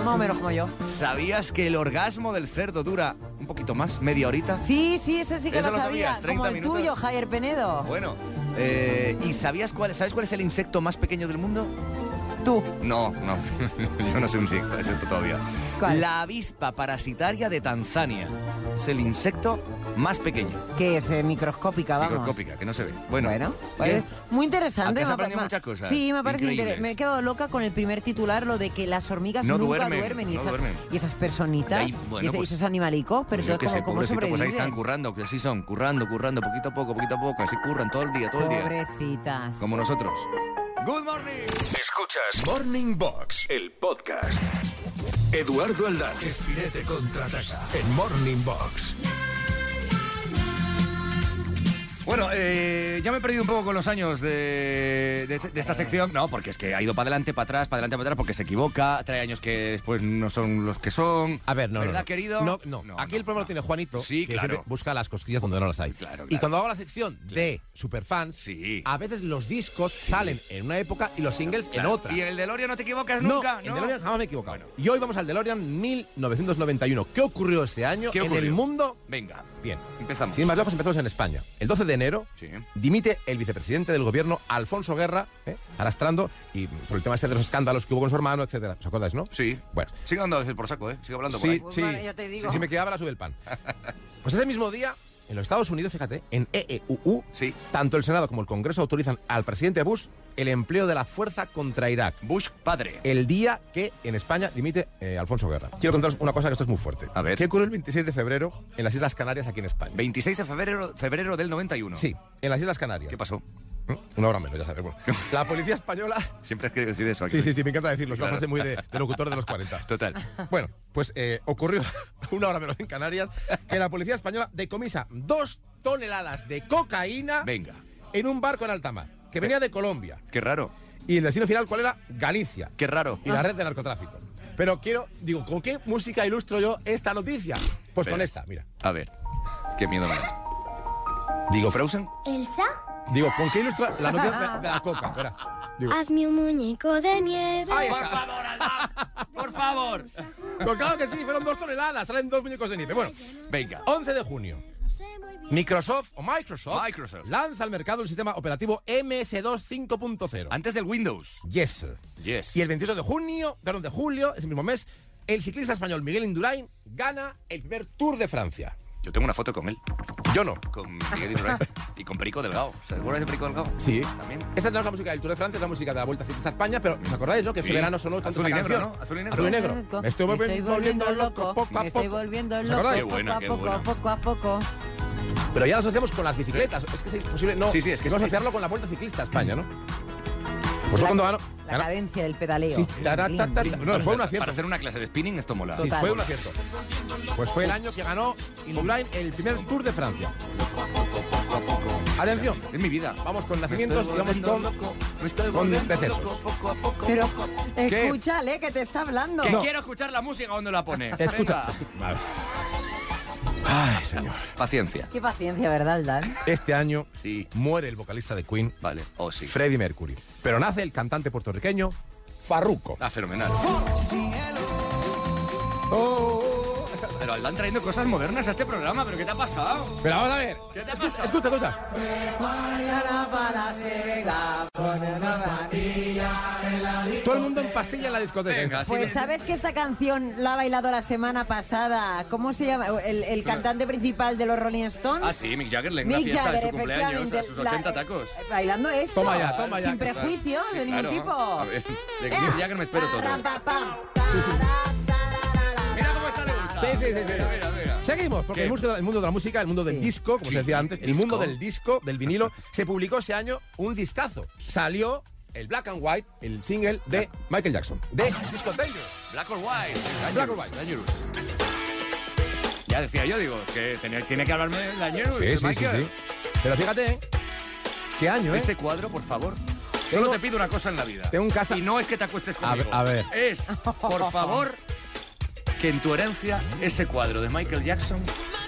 Speaker 3: Más o menos como yo.
Speaker 2: ¿Sabías que el orgasmo del cerdo dura un poquito más? ¿Media horita?
Speaker 3: Sí, sí, eso sí que
Speaker 2: Eso
Speaker 3: lo
Speaker 2: lo
Speaker 3: sabía.
Speaker 2: sabías, 30
Speaker 3: como el
Speaker 2: minutos.
Speaker 3: tuyo, Javier Penedo.
Speaker 2: Bueno, eh, ¿y sabías cuál, sabes cuál es el insecto más pequeño del mundo?
Speaker 3: Tú.
Speaker 2: No, no, yo no soy un insecto, es esto todavía.
Speaker 3: ¿Cuál?
Speaker 2: La avispa parasitaria de Tanzania es el insecto más pequeño,
Speaker 3: Que es eh, microscópica, vamos.
Speaker 2: microscópica, que no se ve. Ah, Bueno,
Speaker 3: Bueno,
Speaker 2: ¿qué?
Speaker 3: pues, muy
Speaker 2: Aquí
Speaker 3: interesante.
Speaker 2: se
Speaker 3: me ha-
Speaker 2: aprenden
Speaker 3: me ha-
Speaker 2: muchas cosas
Speaker 3: Sí, me parece
Speaker 2: increíbles.
Speaker 3: interesante. Me he quedado loca con el primer titular, lo de que las hormigas
Speaker 2: No
Speaker 3: nunca
Speaker 2: duermen,
Speaker 3: y,
Speaker 2: no
Speaker 3: esas,
Speaker 2: duermen.
Speaker 3: y esas personitas
Speaker 2: Y ahí, bueno,
Speaker 3: y, ese- y
Speaker 2: pues,
Speaker 3: esos animalicos, pero
Speaker 2: Pues yo
Speaker 3: entonces,
Speaker 2: qué sé,
Speaker 3: ¿cómo, cómo
Speaker 2: pobrecito, pues ahí están
Speaker 3: sobreviven?
Speaker 2: currando, que así son, currando, currando, poquito a poco, poquito a poco, así curran todo el día, todo el día,
Speaker 3: Pobrecitas.
Speaker 2: como nosotros. Good morning.
Speaker 1: Escuchas Morning Box, el podcast. Eduardo Aldán, Espinete contraataca en Morning Box.
Speaker 2: Bueno, eh, ya me he perdido un poco con los años de, de- de esta sección. No, porque es que ha ido para adelante, para atrás, para adelante, para atrás, porque se equivoca. Trae años que después no son los que son.
Speaker 9: A ver, no. no,
Speaker 2: ¿Verdad,
Speaker 9: no.
Speaker 2: querido?
Speaker 9: No, no. Aquí el problema
Speaker 2: problema
Speaker 9: lo tiene Juanito.
Speaker 2: Sí,
Speaker 9: que
Speaker 2: claro.
Speaker 9: siempre Busca las cosquillas donde no las hay.
Speaker 2: Claro,
Speaker 9: Y
Speaker 2: claro.
Speaker 9: cuando hago la sección de superfans,
Speaker 2: Sí.
Speaker 9: a veces los discos salen en una época y los singles en otra.
Speaker 2: Y el DeLorean no te equivocas
Speaker 9: No,
Speaker 2: nunca.
Speaker 9: en DeLorean jamás me he equivocado. Y hoy vamos al DeLorean 1991. ¿Qué ocurrió ese año
Speaker 2: ¿Qué
Speaker 9: en
Speaker 2: ocurrió?
Speaker 9: el mundo?
Speaker 2: Venga,
Speaker 9: Bien.
Speaker 2: empezamos.
Speaker 9: Sin ir más lejos, empezamos en España. El 12 de enero
Speaker 2: Sí.
Speaker 9: dimite el vicepresidente del gobierno, Alfonso Guerra, ¿eh? arrastrando, y mm, por el tema este de los escándalos que hubo con su hermano, etcétera. ¿Os acordáis, no?
Speaker 2: Sí.
Speaker 9: Bueno.
Speaker 2: Sigue dando a veces por saco, ¿eh? Sigue hablando por
Speaker 9: Sí,
Speaker 2: ahí.
Speaker 3: Pues
Speaker 9: sí.
Speaker 3: vale, ya te digo.
Speaker 9: Si, si me quedaba la sube el pan. Pues ese mismo día, en los Estados Unidos, fíjate, en E EEUU,
Speaker 2: Sí.
Speaker 9: tanto el Senado como el Congreso autorizan al presidente Bush el empleo de la fuerza contra Irak.
Speaker 2: Bush padre.
Speaker 9: El día que en España dimite eh, Alfonso Guerra. Quiero contaros una cosa que esto es muy fuerte.
Speaker 2: A ver.
Speaker 9: ¿Qué ocurrió el 26 de febrero en las Islas Canarias aquí en España?
Speaker 2: 26 de febrero, febrero del 91.
Speaker 9: Sí, en las Islas Canarias.
Speaker 2: ¿Qué pasó?
Speaker 9: Mm, Una hora menos, ya sabes. bueno. La policía española.
Speaker 2: Siempre has querido decir eso.
Speaker 9: Sí,
Speaker 2: Axel.
Speaker 9: sí, sí, me encanta decirlo. Es una
Speaker 2: Claro.
Speaker 9: frase muy de, de locutor de los 40.
Speaker 2: Total.
Speaker 9: Bueno, pues eh, ocurrió una hora menos en Canarias que la policía española decomisa dos toneladas de cocaína
Speaker 2: Venga.
Speaker 9: en un barco en alta mar que venía de Colombia.
Speaker 2: Qué raro.
Speaker 9: Y el destino final, ¿cuál era? Galicia.
Speaker 2: Qué raro.
Speaker 9: Y la red de narcotráfico. Pero quiero, digo, ¿con qué música ilustro yo esta noticia? Pues con
Speaker 2: Verás.
Speaker 9: esta, mira.
Speaker 2: A ver. Qué miedo me da.
Speaker 9: Digo,
Speaker 2: Frozen?
Speaker 10: Elsa,
Speaker 9: digo, ¿con qué ilustro la noticia de, de la coca? Verás. Digo,
Speaker 10: hazme un muñeco de nieve.
Speaker 9: ahí está.
Speaker 2: Por favor.
Speaker 9: Pues claro que sí, fueron dos toneladas, traen dos muñecos de nieve. Bueno,
Speaker 2: Venga.
Speaker 9: 11 de junio.
Speaker 10: No sé muy bien.
Speaker 9: Microsoft o Microsoft,
Speaker 2: Microsoft.
Speaker 9: lanza al mercado el sistema operativo MS2 5.0.
Speaker 2: Antes del Windows.
Speaker 9: Yes, sir.
Speaker 2: Yes.
Speaker 9: Y el 28 de junio, perdón, de julio, ese mismo mes, el ciclista español Miguel Indurain gana el primer Tour de Francia.
Speaker 2: Yo tengo una foto con él.
Speaker 9: Yo no.
Speaker 2: Con Miguel Indurain. y con Perico Delgado. ¿Se acuerdan de Perico Delgado?
Speaker 9: Sí.
Speaker 2: También.
Speaker 9: Esa no es la música del Tour de Francia, es la música de la Vuelta Ciclista a España, pero ¿os acordáis, no? Que este
Speaker 2: Sí.
Speaker 9: verano sonó tanto
Speaker 2: Azul
Speaker 9: esa
Speaker 2: y negro,
Speaker 9: canción.
Speaker 2: ¿no? Azul y negro.
Speaker 9: Azul y negro. Me estoy, volviendo loco poco a
Speaker 3: Me estoy
Speaker 9: poco.
Speaker 3: volviendo
Speaker 9: ¿Os
Speaker 3: loco
Speaker 9: acordáis?
Speaker 2: Qué buena,
Speaker 3: poco a
Speaker 2: qué
Speaker 3: poco,
Speaker 2: buena.
Speaker 3: poco a poco.
Speaker 9: Pero ya lo asociamos con las bicicletas. Es que es imposible no,
Speaker 2: Sí, sí, es que
Speaker 9: no
Speaker 2: es-
Speaker 9: asociarlo con la Vuelta Ciclista a España, ¿no? Pues fue cuando ganó.
Speaker 3: La
Speaker 9: ganó-
Speaker 3: cadencia del pedaleo.
Speaker 9: Sí,
Speaker 3: Clink,
Speaker 9: tará,
Speaker 3: clink,
Speaker 9: tá, tá, tá.
Speaker 3: clink.
Speaker 9: No, fue un
Speaker 2: Para
Speaker 9: acierto.
Speaker 2: hacer una clase de spinning esto mola.
Speaker 9: Sí,
Speaker 3: Total.
Speaker 9: fue un acierto. Pues fue el año que ganó Indurain el primer Tour de Francia. Atención,
Speaker 2: Es mi vida.
Speaker 9: vamos con nacimientos y vamos con, con decesos.
Speaker 3: Pero
Speaker 2: ¿Qué?
Speaker 3: escúchale que te está hablando.
Speaker 2: Que
Speaker 9: No.
Speaker 2: quiero escuchar la música cuando la pones.
Speaker 9: Escucha.
Speaker 2: Venga.
Speaker 9: Ay, señor.
Speaker 2: Paciencia.
Speaker 3: Qué paciencia, ¿verdad, Dan?
Speaker 9: Este año muere el vocalista de Queen,
Speaker 2: vale, o sí.
Speaker 9: Freddie Mercury. Pero nace el cantante puertorriqueño Farruko.
Speaker 2: Ah, fenomenal.
Speaker 9: Oh.
Speaker 2: Pero andan trayendo cosas modernas a este programa, pero ¿qué te ha pasado?
Speaker 9: Pero vamos a ver.
Speaker 2: ¿Qué te ha pasado?
Speaker 9: Escucha, escucha. Todo el mundo en pastilla en la discoteca.
Speaker 2: Venga, sí,
Speaker 3: Pues sabes que esta canción la ha bailado la semana pasada. ¿Cómo se llama? El, el cantante principal de los Rolling Stones.
Speaker 2: Ah, sí, Mick Jagger le dio una
Speaker 3: Mick
Speaker 2: fiesta de su
Speaker 3: Jagger,
Speaker 2: cumpleaños a
Speaker 3: efectivamente,
Speaker 2: sus
Speaker 3: la- eh,
Speaker 2: 80 tacos.
Speaker 3: Bailando esto.
Speaker 9: Toma ya, toma ya,
Speaker 3: Sin
Speaker 9: que tal.
Speaker 3: prejuicios
Speaker 2: Sí,
Speaker 3: de ningún
Speaker 2: claro.
Speaker 3: tipo.
Speaker 2: A ver, de Mick Jagger me espero todo.
Speaker 3: Pam, pam, pam.
Speaker 2: Mira cómo está le gusta.
Speaker 9: Sí, sí, sí, sí.
Speaker 2: Ah, Mira, mira, mira.
Speaker 9: Seguimos, porque
Speaker 2: ¿Qué?
Speaker 9: el, músico- el mundo de la música, el mundo del
Speaker 3: Sí.
Speaker 9: disco, como
Speaker 2: Sí,
Speaker 9: se decía antes, el
Speaker 2: disco.
Speaker 9: mundo del disco, del vinilo, se publicó ese año un discazo. Salió el Black and White, el single de Michael Jackson, de
Speaker 2: Ah.
Speaker 9: Disco Dangerous.
Speaker 2: Black or White. Dangerous,
Speaker 9: Black or White.
Speaker 2: Dangerous. Ya decía yo, digo, es que tenía- tiene que hablarme de Dangerous,
Speaker 9: Sí, sí, sí,
Speaker 2: Michael.
Speaker 9: sí. Pues, Pero fíjate, ¿eh? ¿qué año, eh?
Speaker 2: Ese cuadro, por favor. Solo
Speaker 9: Tengo-
Speaker 2: te pido una cosa en la vida.
Speaker 9: Tengo un casa-
Speaker 2: Y no es que te acuestes
Speaker 9: A ver,
Speaker 2: conmigo.
Speaker 9: a ver.
Speaker 2: Es, por favor, que en tu herencia ese cuadro de Michael Jackson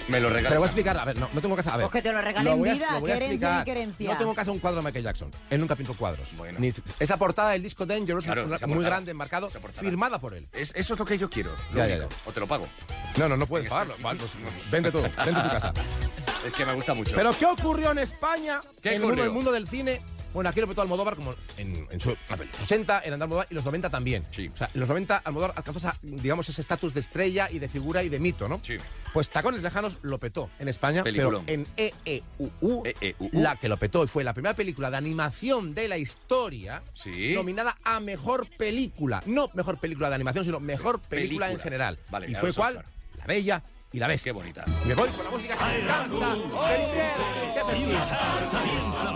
Speaker 2: me lo
Speaker 9: Te lo voy a
Speaker 2: regales.
Speaker 9: explicar, a ver, no, no tengo casa, a ver.
Speaker 3: Pues que te lo regalen
Speaker 9: voy a-
Speaker 3: vida,
Speaker 9: lo voy a
Speaker 3: qué herencia
Speaker 9: explicar.
Speaker 3: ni qué herencia.
Speaker 9: No tengo casa un cuadro de Michael Jackson, él nunca pintó cuadros.
Speaker 2: Bueno.
Speaker 9: Ni- esa portada del disco Dangerous,
Speaker 2: Claro,
Speaker 9: una-
Speaker 2: esa
Speaker 9: muy
Speaker 2: portada.
Speaker 9: grande, enmarcado,
Speaker 2: Esa portada.
Speaker 9: firmada por él.
Speaker 2: Es- eso es lo que yo quiero. lo
Speaker 9: Ya, ya,
Speaker 2: único. O te lo pago.
Speaker 9: No, no, no
Speaker 2: este
Speaker 9: puedes pagarlo. Vale, pues, vende todo, vende tu casa.
Speaker 2: Es que me gusta mucho.
Speaker 9: Pero ¿qué ocurrió en España?
Speaker 2: ¿Qué
Speaker 9: en el mundo,
Speaker 2: ocurrió?
Speaker 9: el mundo del cine. Bueno, aquí lo petó Almodóvar como en, en su a ver, 80, en Almodóvar y los 90 también.
Speaker 2: Sí.
Speaker 9: O sea, en los 90 Almodóvar alcanzó esa, digamos ese estatus de estrella y de figura y de mito, ¿no?
Speaker 2: Sí.
Speaker 9: Pues Tacones Lejanos lo petó en España,
Speaker 2: Peliculón. E
Speaker 9: pero en E EEUU,
Speaker 2: EEUU.
Speaker 9: la que lo petó y fue la primera película de animación de la historia
Speaker 2: Sí.
Speaker 9: nominada a mejor película, no mejor película de animación, sino mejor película, en
Speaker 2: Película.
Speaker 9: general.
Speaker 2: Vale,
Speaker 9: y
Speaker 2: ya
Speaker 9: fue
Speaker 2: lo sé,
Speaker 9: cuál?
Speaker 2: claro.
Speaker 9: La Bella y la Bestia.
Speaker 2: Qué bonita.
Speaker 9: Me voy con la música que me encanta del viernes de festín.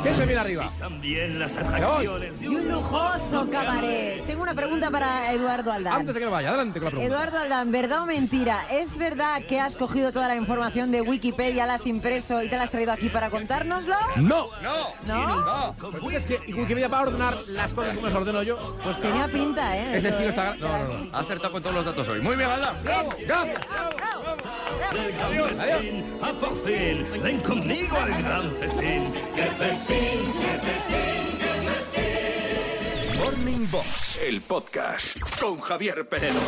Speaker 9: Siempre bien arriba. Me voy.
Speaker 3: Y un lujoso cabaret. Tengo una pregunta para Eduardo Aldán.
Speaker 9: Antes de que me vaya, adelante con la pregunta.
Speaker 3: Eduardo Aldán, ¿verdad o mentira? ¿Es verdad que has cogido toda la información de Wikipedia, la has impreso y te la has traído aquí para contárnoslo?
Speaker 9: No.
Speaker 2: No.
Speaker 3: ¿No?
Speaker 2: No.
Speaker 9: ¿Pero tú crees que Wikipedia va a ordenar las cosas como las ordeno yo?
Speaker 3: Pues tenía pinta, ¿eh? Eso,
Speaker 9: Ese estilo
Speaker 3: ¿eh?
Speaker 9: está... No, no, no.
Speaker 2: Ha acertado con todos los datos hoy. Muy bien, Alda.
Speaker 3: Bien.
Speaker 9: Gracias.
Speaker 3: eh, Bravo, bravo.
Speaker 9: Adiós.
Speaker 11: A por fin, ven conmigo al gran festín.
Speaker 1: Morning Box, el podcast con Javier Penedo.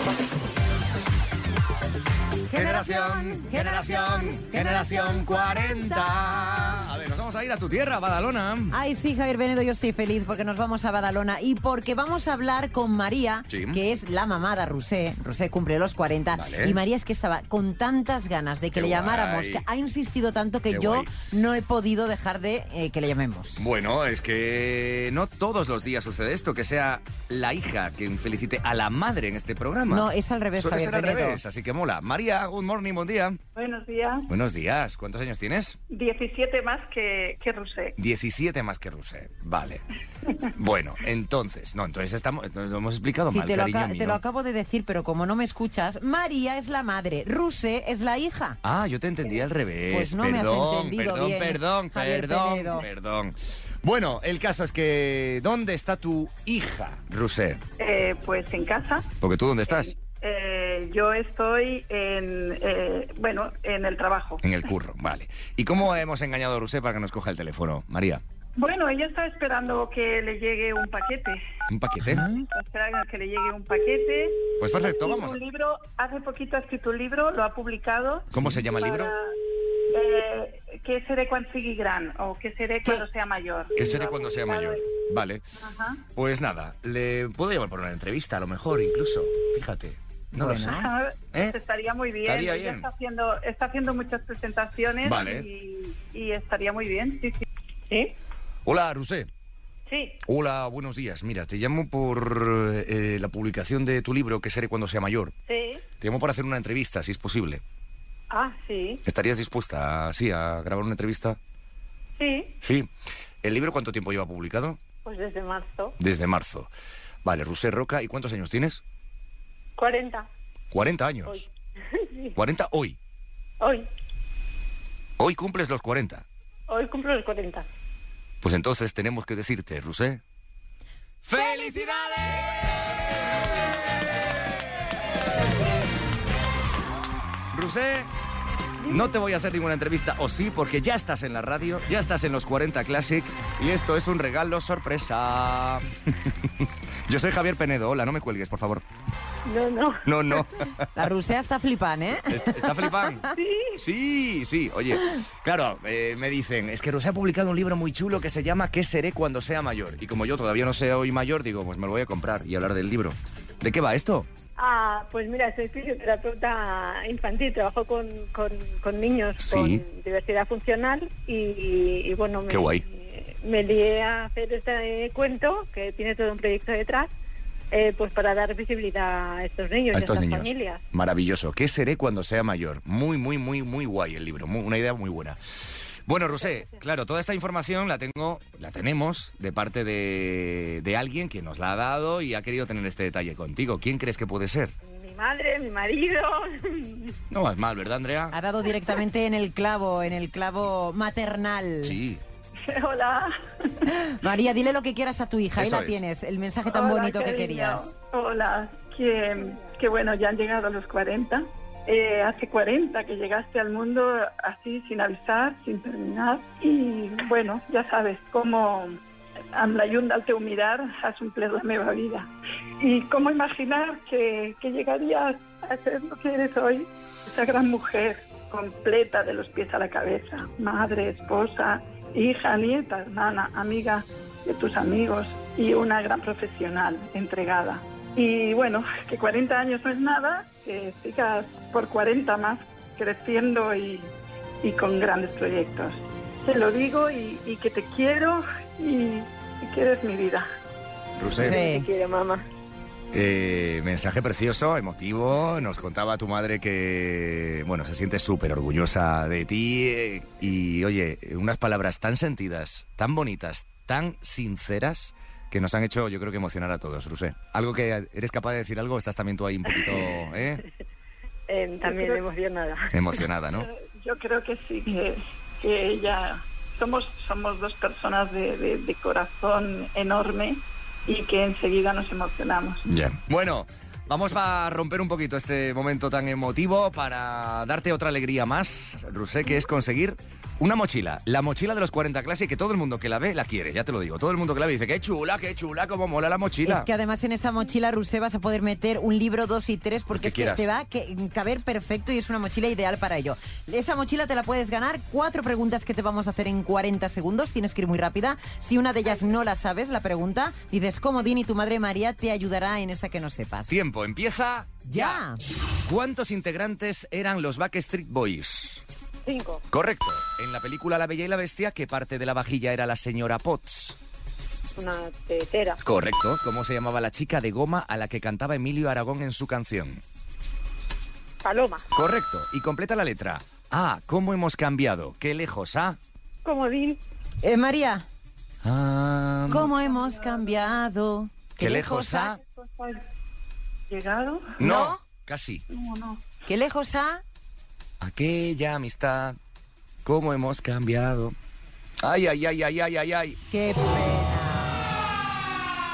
Speaker 3: Generación, generación, generación 40.
Speaker 2: A ver, nos vamos a ir a tu tierra, Badalona.
Speaker 3: Ay, sí, Javier Benedo, yo estoy feliz porque nos vamos a Badalona y porque vamos a hablar con María,
Speaker 2: Sí.
Speaker 3: que es la mamá de Rusé. Rusé cumple los 40.
Speaker 2: Vale.
Speaker 3: Y María es que estaba con tantas ganas de que
Speaker 2: Qué
Speaker 3: le
Speaker 2: guay.
Speaker 3: llamáramos, que ha insistido tanto que
Speaker 2: Qué
Speaker 3: yo
Speaker 2: guay.
Speaker 3: no he podido dejar de eh, que le llamemos.
Speaker 2: Bueno, es que no todos los días sucede esto, que sea la hija quien felicite a la madre en este programa.
Speaker 3: No, es al revés,
Speaker 2: Suele
Speaker 3: Javier
Speaker 2: ser al
Speaker 3: Penedo.
Speaker 2: revés, así que mola. María, good morning, buen día.
Speaker 12: Buenos días.
Speaker 2: Buenos días, ¿cuántos años tienes?
Speaker 12: 17 más que, que Rusek.
Speaker 2: 17 más que Rusé, vale. Bueno, entonces, no, entonces estamos, nos lo hemos explicado
Speaker 3: Sí,
Speaker 2: mal,
Speaker 3: te lo,
Speaker 2: cariño
Speaker 3: aca-
Speaker 2: mío.
Speaker 3: te lo acabo de decir, pero como no me escuchas, María es la madre, Rusé es la hija.
Speaker 2: Ah, yo te entendía al revés.
Speaker 3: Pues no me has
Speaker 2: perdón,
Speaker 3: entendido
Speaker 2: perdón,
Speaker 3: bien,
Speaker 2: perdón,
Speaker 3: Javier
Speaker 2: perdón,
Speaker 3: Penedo.
Speaker 2: perdón. Bueno, el caso es que ¿dónde está tu hija, Rusé?
Speaker 12: Eh, pues en casa.
Speaker 2: Porque tú dónde estás?
Speaker 12: Eh, yo estoy en, eh, bueno, en el trabajo.
Speaker 2: En el curro, vale. ¿Y cómo hemos engañado a Rusé para que nos coja el teléfono, María?
Speaker 12: Bueno, ella está esperando que le llegue un paquete.
Speaker 2: ¿Un paquete?
Speaker 12: Está esperando que le llegue un paquete.
Speaker 2: Pues perfecto, vamos.
Speaker 12: Un libro, hace poquito ha escrito un libro, lo ha publicado.
Speaker 2: ¿Cómo se llama el libro?
Speaker 12: Para, eh, ¿Qué seré cuando sigui gran? ¿O qué seré cuando sea mayor?
Speaker 2: Que
Speaker 12: Lo ha
Speaker 2: seré Este cuando sea
Speaker 12: publicado
Speaker 2: mayor.
Speaker 12: en-
Speaker 2: Vale.
Speaker 12: Ajá.
Speaker 2: Pues nada, le puedo llamar por una entrevista, a lo mejor incluso. Fíjate. No lo sé.
Speaker 12: Ah,
Speaker 2: ¿Eh?
Speaker 12: pues Estaría muy bien.
Speaker 2: Estaría
Speaker 12: Ella
Speaker 2: bien.
Speaker 12: Está, haciendo, está haciendo muchas presentaciones
Speaker 2: Vale.
Speaker 12: y, y estaría muy bien. Sí, sí. ¿Sí?
Speaker 2: Hola, Rusé.
Speaker 12: Sí.
Speaker 2: Hola, buenos días. Mira, te llamo por eh, la publicación de tu libro, que seré cuando sea mayor.
Speaker 12: Sí.
Speaker 2: Te llamo para hacer una entrevista, si es posible.
Speaker 12: Ah, sí.
Speaker 2: ¿Estarías dispuesta, sí, a grabar una entrevista?
Speaker 12: Sí.
Speaker 2: Sí. ¿El libro cuánto tiempo lleva publicado?
Speaker 12: Pues desde marzo.
Speaker 2: Desde marzo. Vale, Rusé Roca, ¿y cuántos años tienes?
Speaker 12: 40.
Speaker 2: 40 años. 40 hoy.
Speaker 12: Hoy.
Speaker 2: Hoy cumples los 40.
Speaker 12: Hoy cumplo los 40.
Speaker 2: Pues entonces tenemos que decirte, Rusé. ¡Felicidades! Rusé, No te voy a hacer ninguna entrevista, o sí, porque ya estás en la radio, ya estás en los 40 Classic y esto es un regalo sorpresa. Yo soy Javier Penedo, hola, no me cuelgues, por favor.
Speaker 12: No, no.
Speaker 2: No, no.
Speaker 3: La Rusea está flipan, ¿eh?
Speaker 2: ¿Está flipan? Sí, sí, oye. Claro, eh, me dicen, es que Rosé ha publicado un libro muy chulo que se llama ¿Qué seré cuando sea mayor? Y como yo todavía no sé hoy mayor, digo, pues me lo voy a comprar y hablar del libro. ¿De qué va esto?
Speaker 13: Ah, pues mira, soy fisioterapeuta infantil, trabajo con, con, con niños
Speaker 2: Sí.
Speaker 13: con diversidad funcional y, y bueno, me,
Speaker 2: Qué guay.
Speaker 13: me lié a hacer este cuento que tiene todo un proyecto detrás. eh, pues para dar visibilidad a estos niños y a
Speaker 2: A estos
Speaker 13: estas
Speaker 2: niños.
Speaker 13: familias.
Speaker 2: Maravilloso. ¿Qué seré cuando sea mayor? Muy, muy, muy, muy guay el libro. Mu- una idea muy buena. Bueno, Rosé, claro, toda esta información la tengo, la tenemos de parte de, de alguien que nos la ha dado y ha querido tener este detalle contigo. ¿Quién crees que puede ser?
Speaker 13: Mi madre, mi marido.
Speaker 2: No es mal, ¿verdad, Andrea?
Speaker 3: Ha dado directamente en el clavo, en el clavo maternal.
Speaker 2: Sí.
Speaker 13: Hola.
Speaker 3: María, dile lo que quieras a tu hija, ahí
Speaker 13: Eso
Speaker 3: la
Speaker 13: es.
Speaker 3: tienes, el mensaje tan
Speaker 13: Hola,
Speaker 3: bonito que
Speaker 13: cariño.
Speaker 3: querías.
Speaker 13: Hola, que, que bueno, ya han llegado a los 40. Eh, hace 40 que llegaste al mundo así, sin avisar, sin terminar. Y bueno, ya sabes, como amb la llum del teu mirar has omplert la meva vida. Y cómo imaginar que, que llegarías a ser lo que eres hoy, esa gran mujer completa de los pies a la cabeza, madre, esposa, hija, nieta, hermana, amiga de tus amigos y una gran profesional entregada. Y bueno, que 40 años no es nada, que sigas por 40 más creciendo y, y con grandes proyectos. Te lo digo y, y que te quiero y, y que eres mi vida.
Speaker 2: Rosé.
Speaker 13: Te quiero, mamá.
Speaker 2: Eh, mensaje precioso, emotivo. Nos contaba tu madre que, bueno, se siente súper orgullosa de ti. eh, y, oye, unas palabras tan sentidas, tan bonitas, tan sinceras, que nos han hecho, yo creo que emocionar a todos, Rusé. Algo que eres capaz de decir algo, estás también tú ahí un poquito ¿eh?
Speaker 13: Eh, también emocionada.
Speaker 2: emocionada, ¿no?
Speaker 13: Yo creo que sí, que, que ella... Somos, somos dos personas de, de- de corazón enorme y que enseguida nos emocionamos.
Speaker 2: Bueno, vamos a romper un poquito este momento tan emotivo para darte otra alegría más, Rusé, que es conseguir una mochila, la mochila de los 40 clases que todo el mundo que la ve la quiere, ya te lo digo. Todo el mundo que la ve dice, qué chula, qué chula, cómo mola la mochila.
Speaker 3: Es que además en esa mochila, Rusé, vas a poder meter un libro, dos y tres, porque
Speaker 2: que
Speaker 3: es que
Speaker 2: quieras.
Speaker 3: te va a que- caber perfecto y es una mochila ideal para ello. Esa mochila te la puedes ganar. Cuatro preguntas que te vamos a hacer en 40 segundos. Tienes que ir muy rápida. Si una de ellas no la sabes, la pregunta, dices comodín y tu madre María te ayudará en esa que no sepas.
Speaker 2: Tiempo, empieza ya. ¿Cuántos integrantes eran los Backstreet Boys?
Speaker 13: Cinco.
Speaker 2: Correcto. En la película La Bella y la Bestia, ¿qué parte de la vajilla era la señora Potts?
Speaker 13: Una tetera.
Speaker 2: Correcto. ¿Cómo se llamaba la chica de goma a la que cantaba Emilio Aragón en su canción?
Speaker 13: Paloma.
Speaker 2: Correcto. Y completa la letra. Ah, ¿cómo hemos cambiado? Qué lejos, ¿ah?
Speaker 13: Comodín.
Speaker 3: Eh, María,
Speaker 2: Ah,
Speaker 3: ¿cómo hemos cambiado?
Speaker 2: Qué lejos ha-
Speaker 13: ¿Llegado?
Speaker 2: No, casi.
Speaker 13: No, no.
Speaker 3: ¿Qué lejos ha?
Speaker 2: Aquella amistad. ¿Cómo hemos cambiado? Ay, ay, ay, ay, ay, ay, ay.
Speaker 3: Qué pena.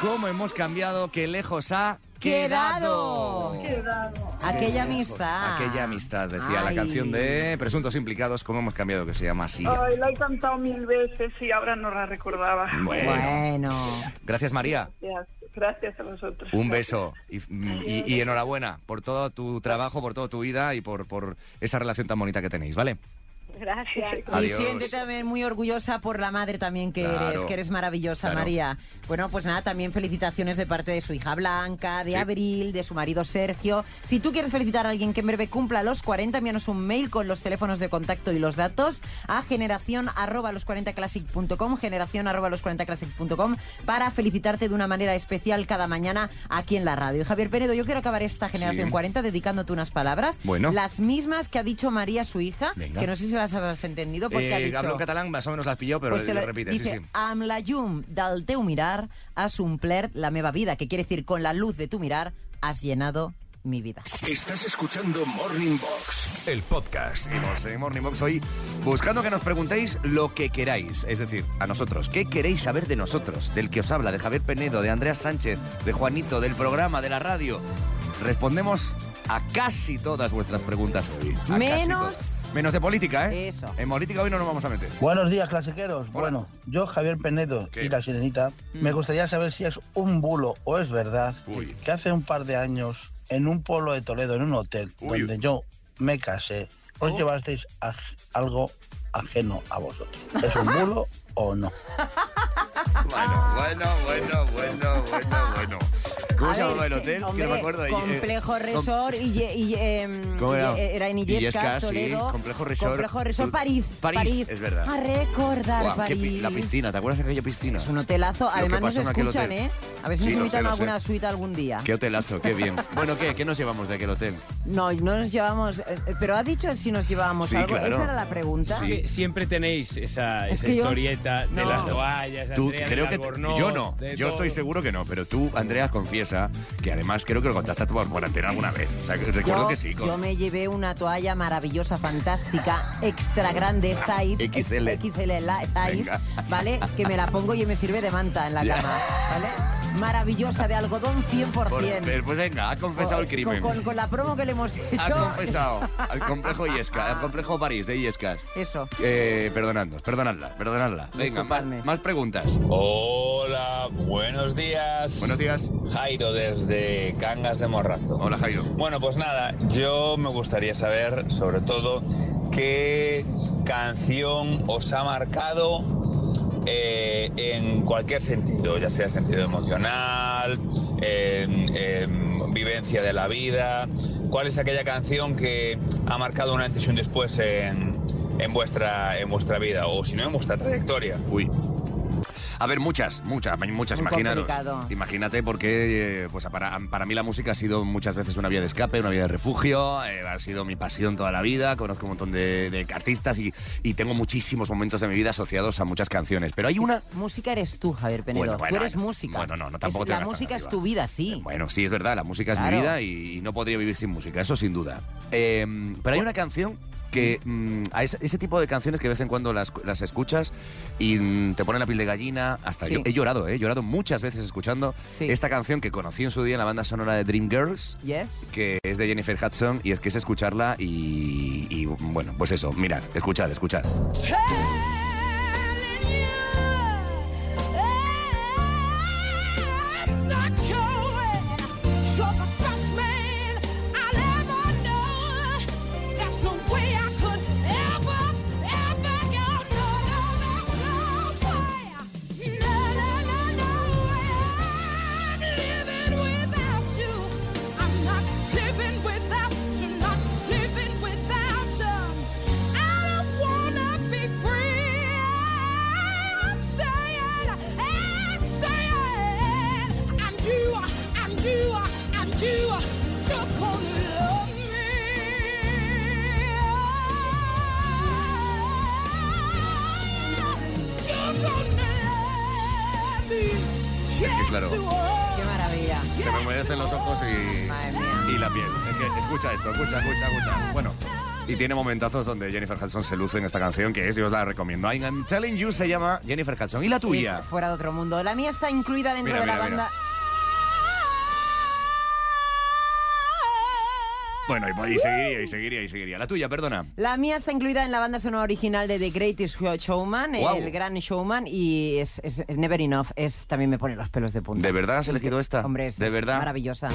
Speaker 2: ¿Cómo hemos cambiado? Qué lejos ha
Speaker 3: Quedado. Aquella
Speaker 2: Qué lejos.
Speaker 3: amistad.
Speaker 2: Aquella amistad, decía la
Speaker 3: Ay.
Speaker 2: canción de Presuntos Implicados, ¿cómo hemos cambiado? Que se llama así.
Speaker 13: Ay, la he cantado mil veces y ahora no la recordaba.
Speaker 2: Bueno. Gracias, María.
Speaker 13: Gracias, gracias a vosotros.
Speaker 2: Un beso y, y- y enhorabuena por todo tu trabajo, por toda tu vida y por, por esa relación tan bonita que tenéis, ¿vale?
Speaker 13: Gracias.
Speaker 3: Y
Speaker 2: Adiós.
Speaker 3: siéntete también muy orgullosa por la madre también que
Speaker 2: Claro.
Speaker 3: eres, que eres maravillosa,
Speaker 2: Claro.
Speaker 3: María. Bueno, pues nada, también felicitaciones de parte de su hija Blanca, de Abril, de su marido Sergio. Si tú quieres felicitar a alguien que en breve cumpla los 40, envíanos un mail con los teléfonos de contacto y los datos a generación arroba los 40classic.com, generación arroba los 40classic.com, para felicitarte de una manera especial cada mañana aquí en la radio. Y Javier Penedo, yo quiero acabar esta generación 40 dedicándote unas palabras.
Speaker 2: Bueno.
Speaker 3: Las mismas que ha dicho María, su hija,
Speaker 2: Venga.
Speaker 3: que no sé si las habrás entendido porque ha
Speaker 2: Eh,
Speaker 3: dicho...
Speaker 2: hablo en catalán, más o menos las pilló, pero
Speaker 3: Pues te
Speaker 2: lo,
Speaker 3: lo-
Speaker 2: repite,
Speaker 3: dice,
Speaker 2: sí, sí.
Speaker 3: Amb la llum del teu mirar has omplert la meva vida, que quiere decir, con la luz de tu mirar has llenado mi vida.
Speaker 1: Estás escuchando Morning Box, el podcast.
Speaker 2: Seguimos en Morning Box eh, hoy buscando que nos preguntéis lo que queráis. Es decir, a nosotros, ¿qué queréis saber de nosotros? Del que os habla, de Javier Penedo, de Andrea Sánchez, de Juanito, del programa, de la radio. Respondemos a casi todas vuestras preguntas hoy. A casi todas.
Speaker 3: Menos
Speaker 2: Menos de política, ¿eh?
Speaker 3: Eso.
Speaker 2: En política hoy no nos vamos a meter.
Speaker 14: Buenos días, clasiqueros. Bueno, yo, Javier Penedo y la sirenita, me gustaría saber si es un bulo o es verdad que hace un par de años, en un pueblo de Toledo, en un hotel donde yo me casé, os llevasteis aj- algo ajeno a vosotros. ¿Es un bulo o no?
Speaker 2: Bueno, bueno, bueno, bueno, bueno, bueno. ¿Cómo
Speaker 3: A
Speaker 2: se llamaba
Speaker 3: ver,
Speaker 2: el hotel?
Speaker 3: hombre,
Speaker 2: que no me acuerdo. Y, eh,
Speaker 3: Complejo
Speaker 2: com-
Speaker 3: Resort y, ye- y, em,
Speaker 2: ¿Cómo era?
Speaker 3: y- era en Illescas,
Speaker 2: Illescas, sí,
Speaker 3: Toledo.
Speaker 2: Complejo Resort.
Speaker 3: Complejo Resort
Speaker 2: Tú-
Speaker 3: París.
Speaker 2: París, es verdad.
Speaker 3: A recordar
Speaker 2: Buah, qué
Speaker 3: París.
Speaker 2: pi- la piscina, ¿te acuerdas de aquella piscina?
Speaker 3: Un hotelazo.
Speaker 2: que
Speaker 3: Además nos
Speaker 2: pasó en aquel
Speaker 3: escuchan,
Speaker 2: hotel.
Speaker 3: ¿eh? A ver si
Speaker 2: Sí,
Speaker 3: nos
Speaker 2: lo sé,
Speaker 3: invitan
Speaker 2: lo
Speaker 3: a alguna
Speaker 2: sé.
Speaker 3: suite algún día.
Speaker 2: Qué hotelazo, qué bien. Bueno, ¿qué? ¿Qué nos llevamos de aquel hotel?
Speaker 3: No, no nos llevamos... eh, eh, pero ha dicho si nos llevábamos
Speaker 2: Sí,
Speaker 3: algo.
Speaker 2: claro.
Speaker 3: Esa era la pregunta.
Speaker 4: Sie- Siempre tenéis esa, esa
Speaker 3: que yo-
Speaker 4: historieta de
Speaker 3: No.
Speaker 4: las toallas, de
Speaker 2: Tú,
Speaker 4: Andrea del
Speaker 2: creo que
Speaker 4: Albornoz,
Speaker 2: yo no,
Speaker 4: de
Speaker 2: yo
Speaker 4: todo.
Speaker 2: estoy seguro que no, pero tú, Andrea, confiesa que además creo que lo contaste por, por antena alguna vez. O sea, que recuerdo
Speaker 3: yo,
Speaker 2: que sí. con-
Speaker 3: yo me llevé una toalla maravillosa, fantástica, extra grande size,
Speaker 2: XL.
Speaker 3: ex- XL la- size,
Speaker 2: Ah, Venga.
Speaker 3: ¿vale? Que me la pongo y me sirve de manta en la
Speaker 2: Ya.
Speaker 3: cama, ¿vale? Maravillosa, de algodón 100%.
Speaker 2: por- pero pues venga, ha confesado el
Speaker 3: con,
Speaker 2: crimen.
Speaker 3: con- con la promo que le hemos
Speaker 2: Ha
Speaker 3: hecho.
Speaker 2: confesado al complejo Iesca, al complejo París de Iescas.
Speaker 3: Eso.
Speaker 2: Eh, perdonadnos, perdonadla, perdonadla. Venga, más, más preguntas.
Speaker 15: Hola, buenos días. Buenos
Speaker 2: días.
Speaker 15: Jairo desde Cangas de Morrazo.
Speaker 2: Hola, Jairo.
Speaker 15: Bueno, pues nada, yo me gustaría saber sobre todo qué canción os ha marcado eh, en cualquier sentido, ya sea sentido emocional, en- en vivencia de la vida. ¿Cuál es aquella canción que ha marcado un antes y un después en, en vuestra, en vuestra vida o si no en vuestra trayectoria?
Speaker 2: Uy. A ver, muchas, muchas, muchas,
Speaker 15: Muy
Speaker 2: imaginaros.
Speaker 15: complicado.
Speaker 2: Imagínate porque eh, pues para, para mí la música ha sido muchas veces una vía de escape, una vía de refugio, eh, ha sido mi pasión toda la vida, conozco un montón de, de artistas y, y tengo muchísimos momentos de mi vida asociados a muchas canciones. Pero hay una...
Speaker 3: Música eres tú, Javier Penedo.
Speaker 2: Bueno, bueno,
Speaker 3: tú eres
Speaker 2: bueno.
Speaker 3: música.
Speaker 2: Bueno, no, no, tampoco
Speaker 3: Es-
Speaker 2: te
Speaker 3: La
Speaker 2: hagas tan
Speaker 3: música es
Speaker 2: arriba.
Speaker 3: tu vida, sí.
Speaker 2: Bueno, sí, es verdad, la música es
Speaker 3: Claro.
Speaker 2: mi vida y, y no podría vivir sin música, eso sin duda. Eh, pero hay una canción que mm, a ese, ese tipo de canciones que de vez en cuando las, las escuchas y mm, te ponen la piel de gallina, hasta
Speaker 3: Sí.
Speaker 2: yo he llorado, eh, he llorado muchas veces escuchando esta canción que conocí en su día en la banda sonora de Dreamgirls,
Speaker 3: Yes.
Speaker 2: que es de Jennifer Hudson y es que es escucharla y, y, bueno, pues eso, mirad, escuchad, escuchad. claro,
Speaker 3: Qué maravilla.
Speaker 2: se me humedecen los ojos y, y la piel. Es que escucha esto, escucha, escucha, escucha. Bueno. Y tiene momentazos donde Jennifer Hudson se luce en esta canción, que es, yo os la recomiendo. I'm Telling You se llama Jennifer Hudson. ¿Y la tuya?
Speaker 3: Es fuera de otro mundo. La mía está incluida dentro
Speaker 2: Mira,
Speaker 3: de la
Speaker 2: mira, mira.
Speaker 3: banda.
Speaker 2: Bueno, y, y seguiría, y seguiría, y seguiría. La tuya, perdona.
Speaker 3: La mía está incluida en la banda sonora original de The Greatest Show- Showman,
Speaker 2: Guau.
Speaker 3: el gran showman, y es, es- es Never Enough. Es, también me pone los pelos de punta.
Speaker 2: ¿De verdad has elegido esta?
Speaker 3: Hombre, es,
Speaker 2: ¿De
Speaker 3: es
Speaker 2: verdad?
Speaker 3: maravillosa.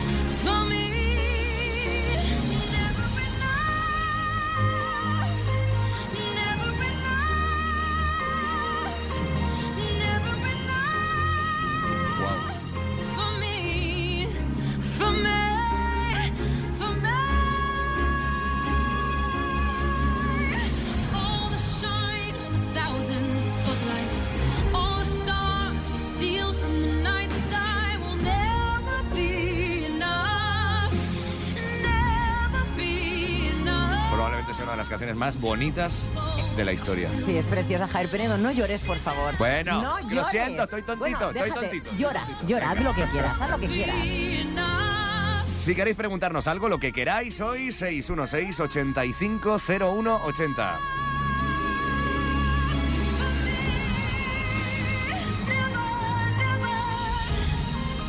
Speaker 2: Probablemente sea una de las canciones más bonitas de la historia.
Speaker 3: Sí, es preciosa, Javier Penedo. No llores, por favor.
Speaker 2: Bueno,
Speaker 3: No
Speaker 2: lo
Speaker 3: llores.
Speaker 2: siento, estoy tontito,
Speaker 3: Bueno,
Speaker 2: estoy
Speaker 3: déjate.
Speaker 2: tontito, estoy
Speaker 3: Llora, llora, haz lo que quieras, haz lo que quieras.
Speaker 2: Si queréis preguntarnos algo, lo que queráis hoy, 616-850180.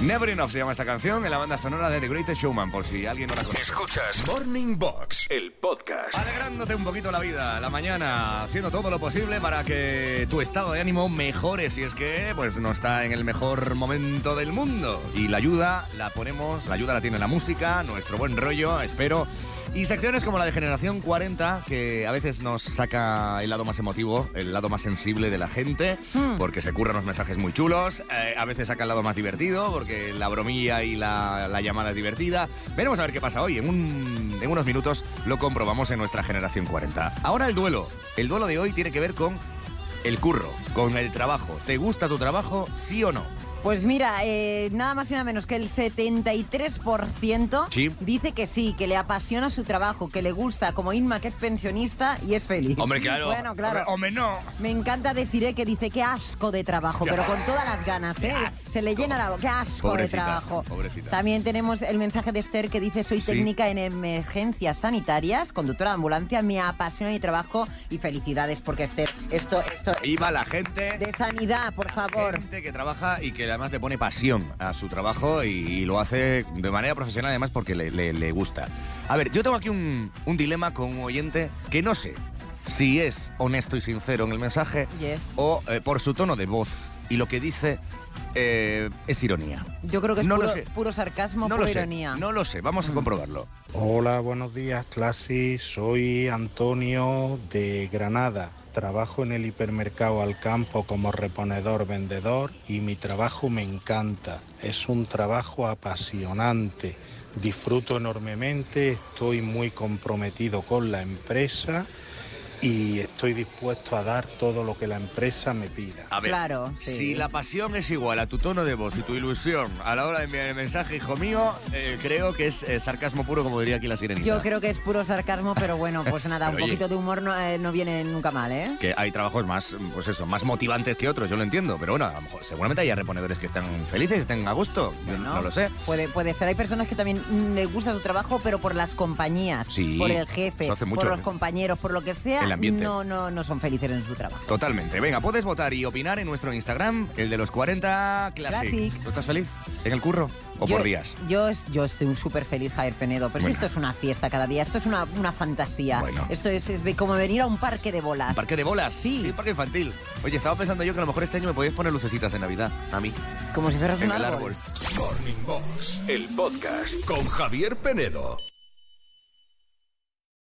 Speaker 2: Never Enough se llama esta canción en la banda sonora de The Greatest Showman, por si alguien no la conoce.
Speaker 1: Escuchas Morning Box, el podcast.
Speaker 2: Alegrándote un poquito la vida, la mañana, haciendo todo lo posible para que tu estado de ánimo mejore si es que pues no está en el mejor momento del mundo. Y la ayuda la ponemos, la ayuda la tiene la música, nuestro buen rollo, espero. Y secciones como la de Generación 40, que a veces nos saca el lado más emotivo, el lado más sensible de la gente,
Speaker 3: Hmm.
Speaker 2: porque se curran unos mensajes muy chulos, eh, a veces saca el lado más divertido, porque la bromilla y la, la llamada es divertida. Veremos a ver qué pasa hoy, en, un- en unos minutos lo comprobamos en nuestra Generación 40. Ahora el duelo, el duelo de hoy tiene que ver con el curro, con el trabajo. ¿Te gusta tu trabajo, sí o no?
Speaker 3: Pues mira, eh, nada más y nada menos que el 73%
Speaker 2: Sí.
Speaker 3: dice que sí, que le apasiona su trabajo, que le gusta, como Inma, que es pensionista y es feliz.
Speaker 2: Hombre, claro.
Speaker 3: Bueno, claro.
Speaker 2: Hombre, hombre, no.
Speaker 3: Me encanta Desiree que dice que asco de trabajo,
Speaker 2: Qué
Speaker 3: pero
Speaker 2: asco.
Speaker 3: con todas las ganas, ¿eh? Se le llena la boca. ¡Qué asco de trabajo!
Speaker 2: pobrecita.
Speaker 3: También tenemos el mensaje de Esther que dice soy
Speaker 2: Sí.
Speaker 3: técnica en emergencias sanitarias, conductora de ambulancia, me apasiona mi trabajo y felicidades porque Esther, esto, esto
Speaker 2: Viva la gente.
Speaker 3: de sanidad, por favor.
Speaker 2: gente que trabaja y que además le pone pasión a su trabajo y, y lo hace de manera profesional además porque le, le- le gusta. A ver, yo tengo aquí un, un dilema con un oyente que no sé si es honesto y sincero en el mensaje
Speaker 3: Yes.
Speaker 2: o eh, por su tono de voz y lo que dice eh, es ironía.
Speaker 3: Yo creo que es
Speaker 2: No lo
Speaker 3: puro,
Speaker 2: sé.
Speaker 3: puro sarcasmo,
Speaker 2: No lo
Speaker 3: pura
Speaker 2: sé,
Speaker 3: ironía. Mm.
Speaker 2: no lo sé, vamos a comprobarlo.
Speaker 16: Hola, buenos días, Classy. Soy Antonio de Granada. Trabajo en el hipermercado al campo como reponedor vendedor y mi trabajo me encanta. Es un trabajo apasionante. Disfruto enormemente, estoy muy comprometido con la empresa y estoy dispuesto a dar todo lo que la empresa me pida.
Speaker 2: A ver,
Speaker 3: Claro, sí.
Speaker 2: si la pasión es igual a tu tono de voz y tu ilusión a la hora de enviar el mensaje, hijo mío, eh, creo que es eh, sarcasmo puro, como diría aquí la sirenita.
Speaker 3: Yo creo que es puro sarcasmo, pero bueno, pues nada, un
Speaker 2: Pero oye.
Speaker 3: poquito de humor no, eh, no viene nunca mal, ¿eh?
Speaker 2: que hay trabajos más, pues eso, más motivantes que otros, yo lo entiendo, pero bueno, a lo mejor, seguramente haya reponedores que están felices, estén a gusto, yo no lo sé.
Speaker 3: Puede, puede ser. Hay personas que también mm, les gusta su trabajo, pero por las compañías,
Speaker 2: Sí,
Speaker 3: por el jefe,
Speaker 2: eso hace mucho,
Speaker 3: por los
Speaker 2: ¿eh?
Speaker 3: compañeros, por lo que sea,
Speaker 2: El ambiente.
Speaker 3: No, no, no son felices en su trabajo.
Speaker 2: Totalmente. Venga, puedes votar y opinar en nuestro Instagram, el de los 40 Classic.
Speaker 3: Classic.
Speaker 2: ¿Tú estás feliz? ¿En el curro? ¿O
Speaker 3: Yo-
Speaker 2: por días?
Speaker 3: Yo, es- yo estoy súper feliz, Javier Penedo. Pero si
Speaker 2: Bueno.
Speaker 3: esto es una fiesta cada día, esto es una, una fantasía. Esto es, es como venir a un parque de bolas.
Speaker 2: ¿Parque de bolas? Sí. parque infantil. Oye, estaba pensando yo que a lo mejor este año me podías poner lucecitas de Navidad, a mí.
Speaker 3: Como si fueras
Speaker 2: en
Speaker 3: un
Speaker 2: el árbol.
Speaker 3: árbol.
Speaker 1: Morning Box, el podcast con Javier Penedo.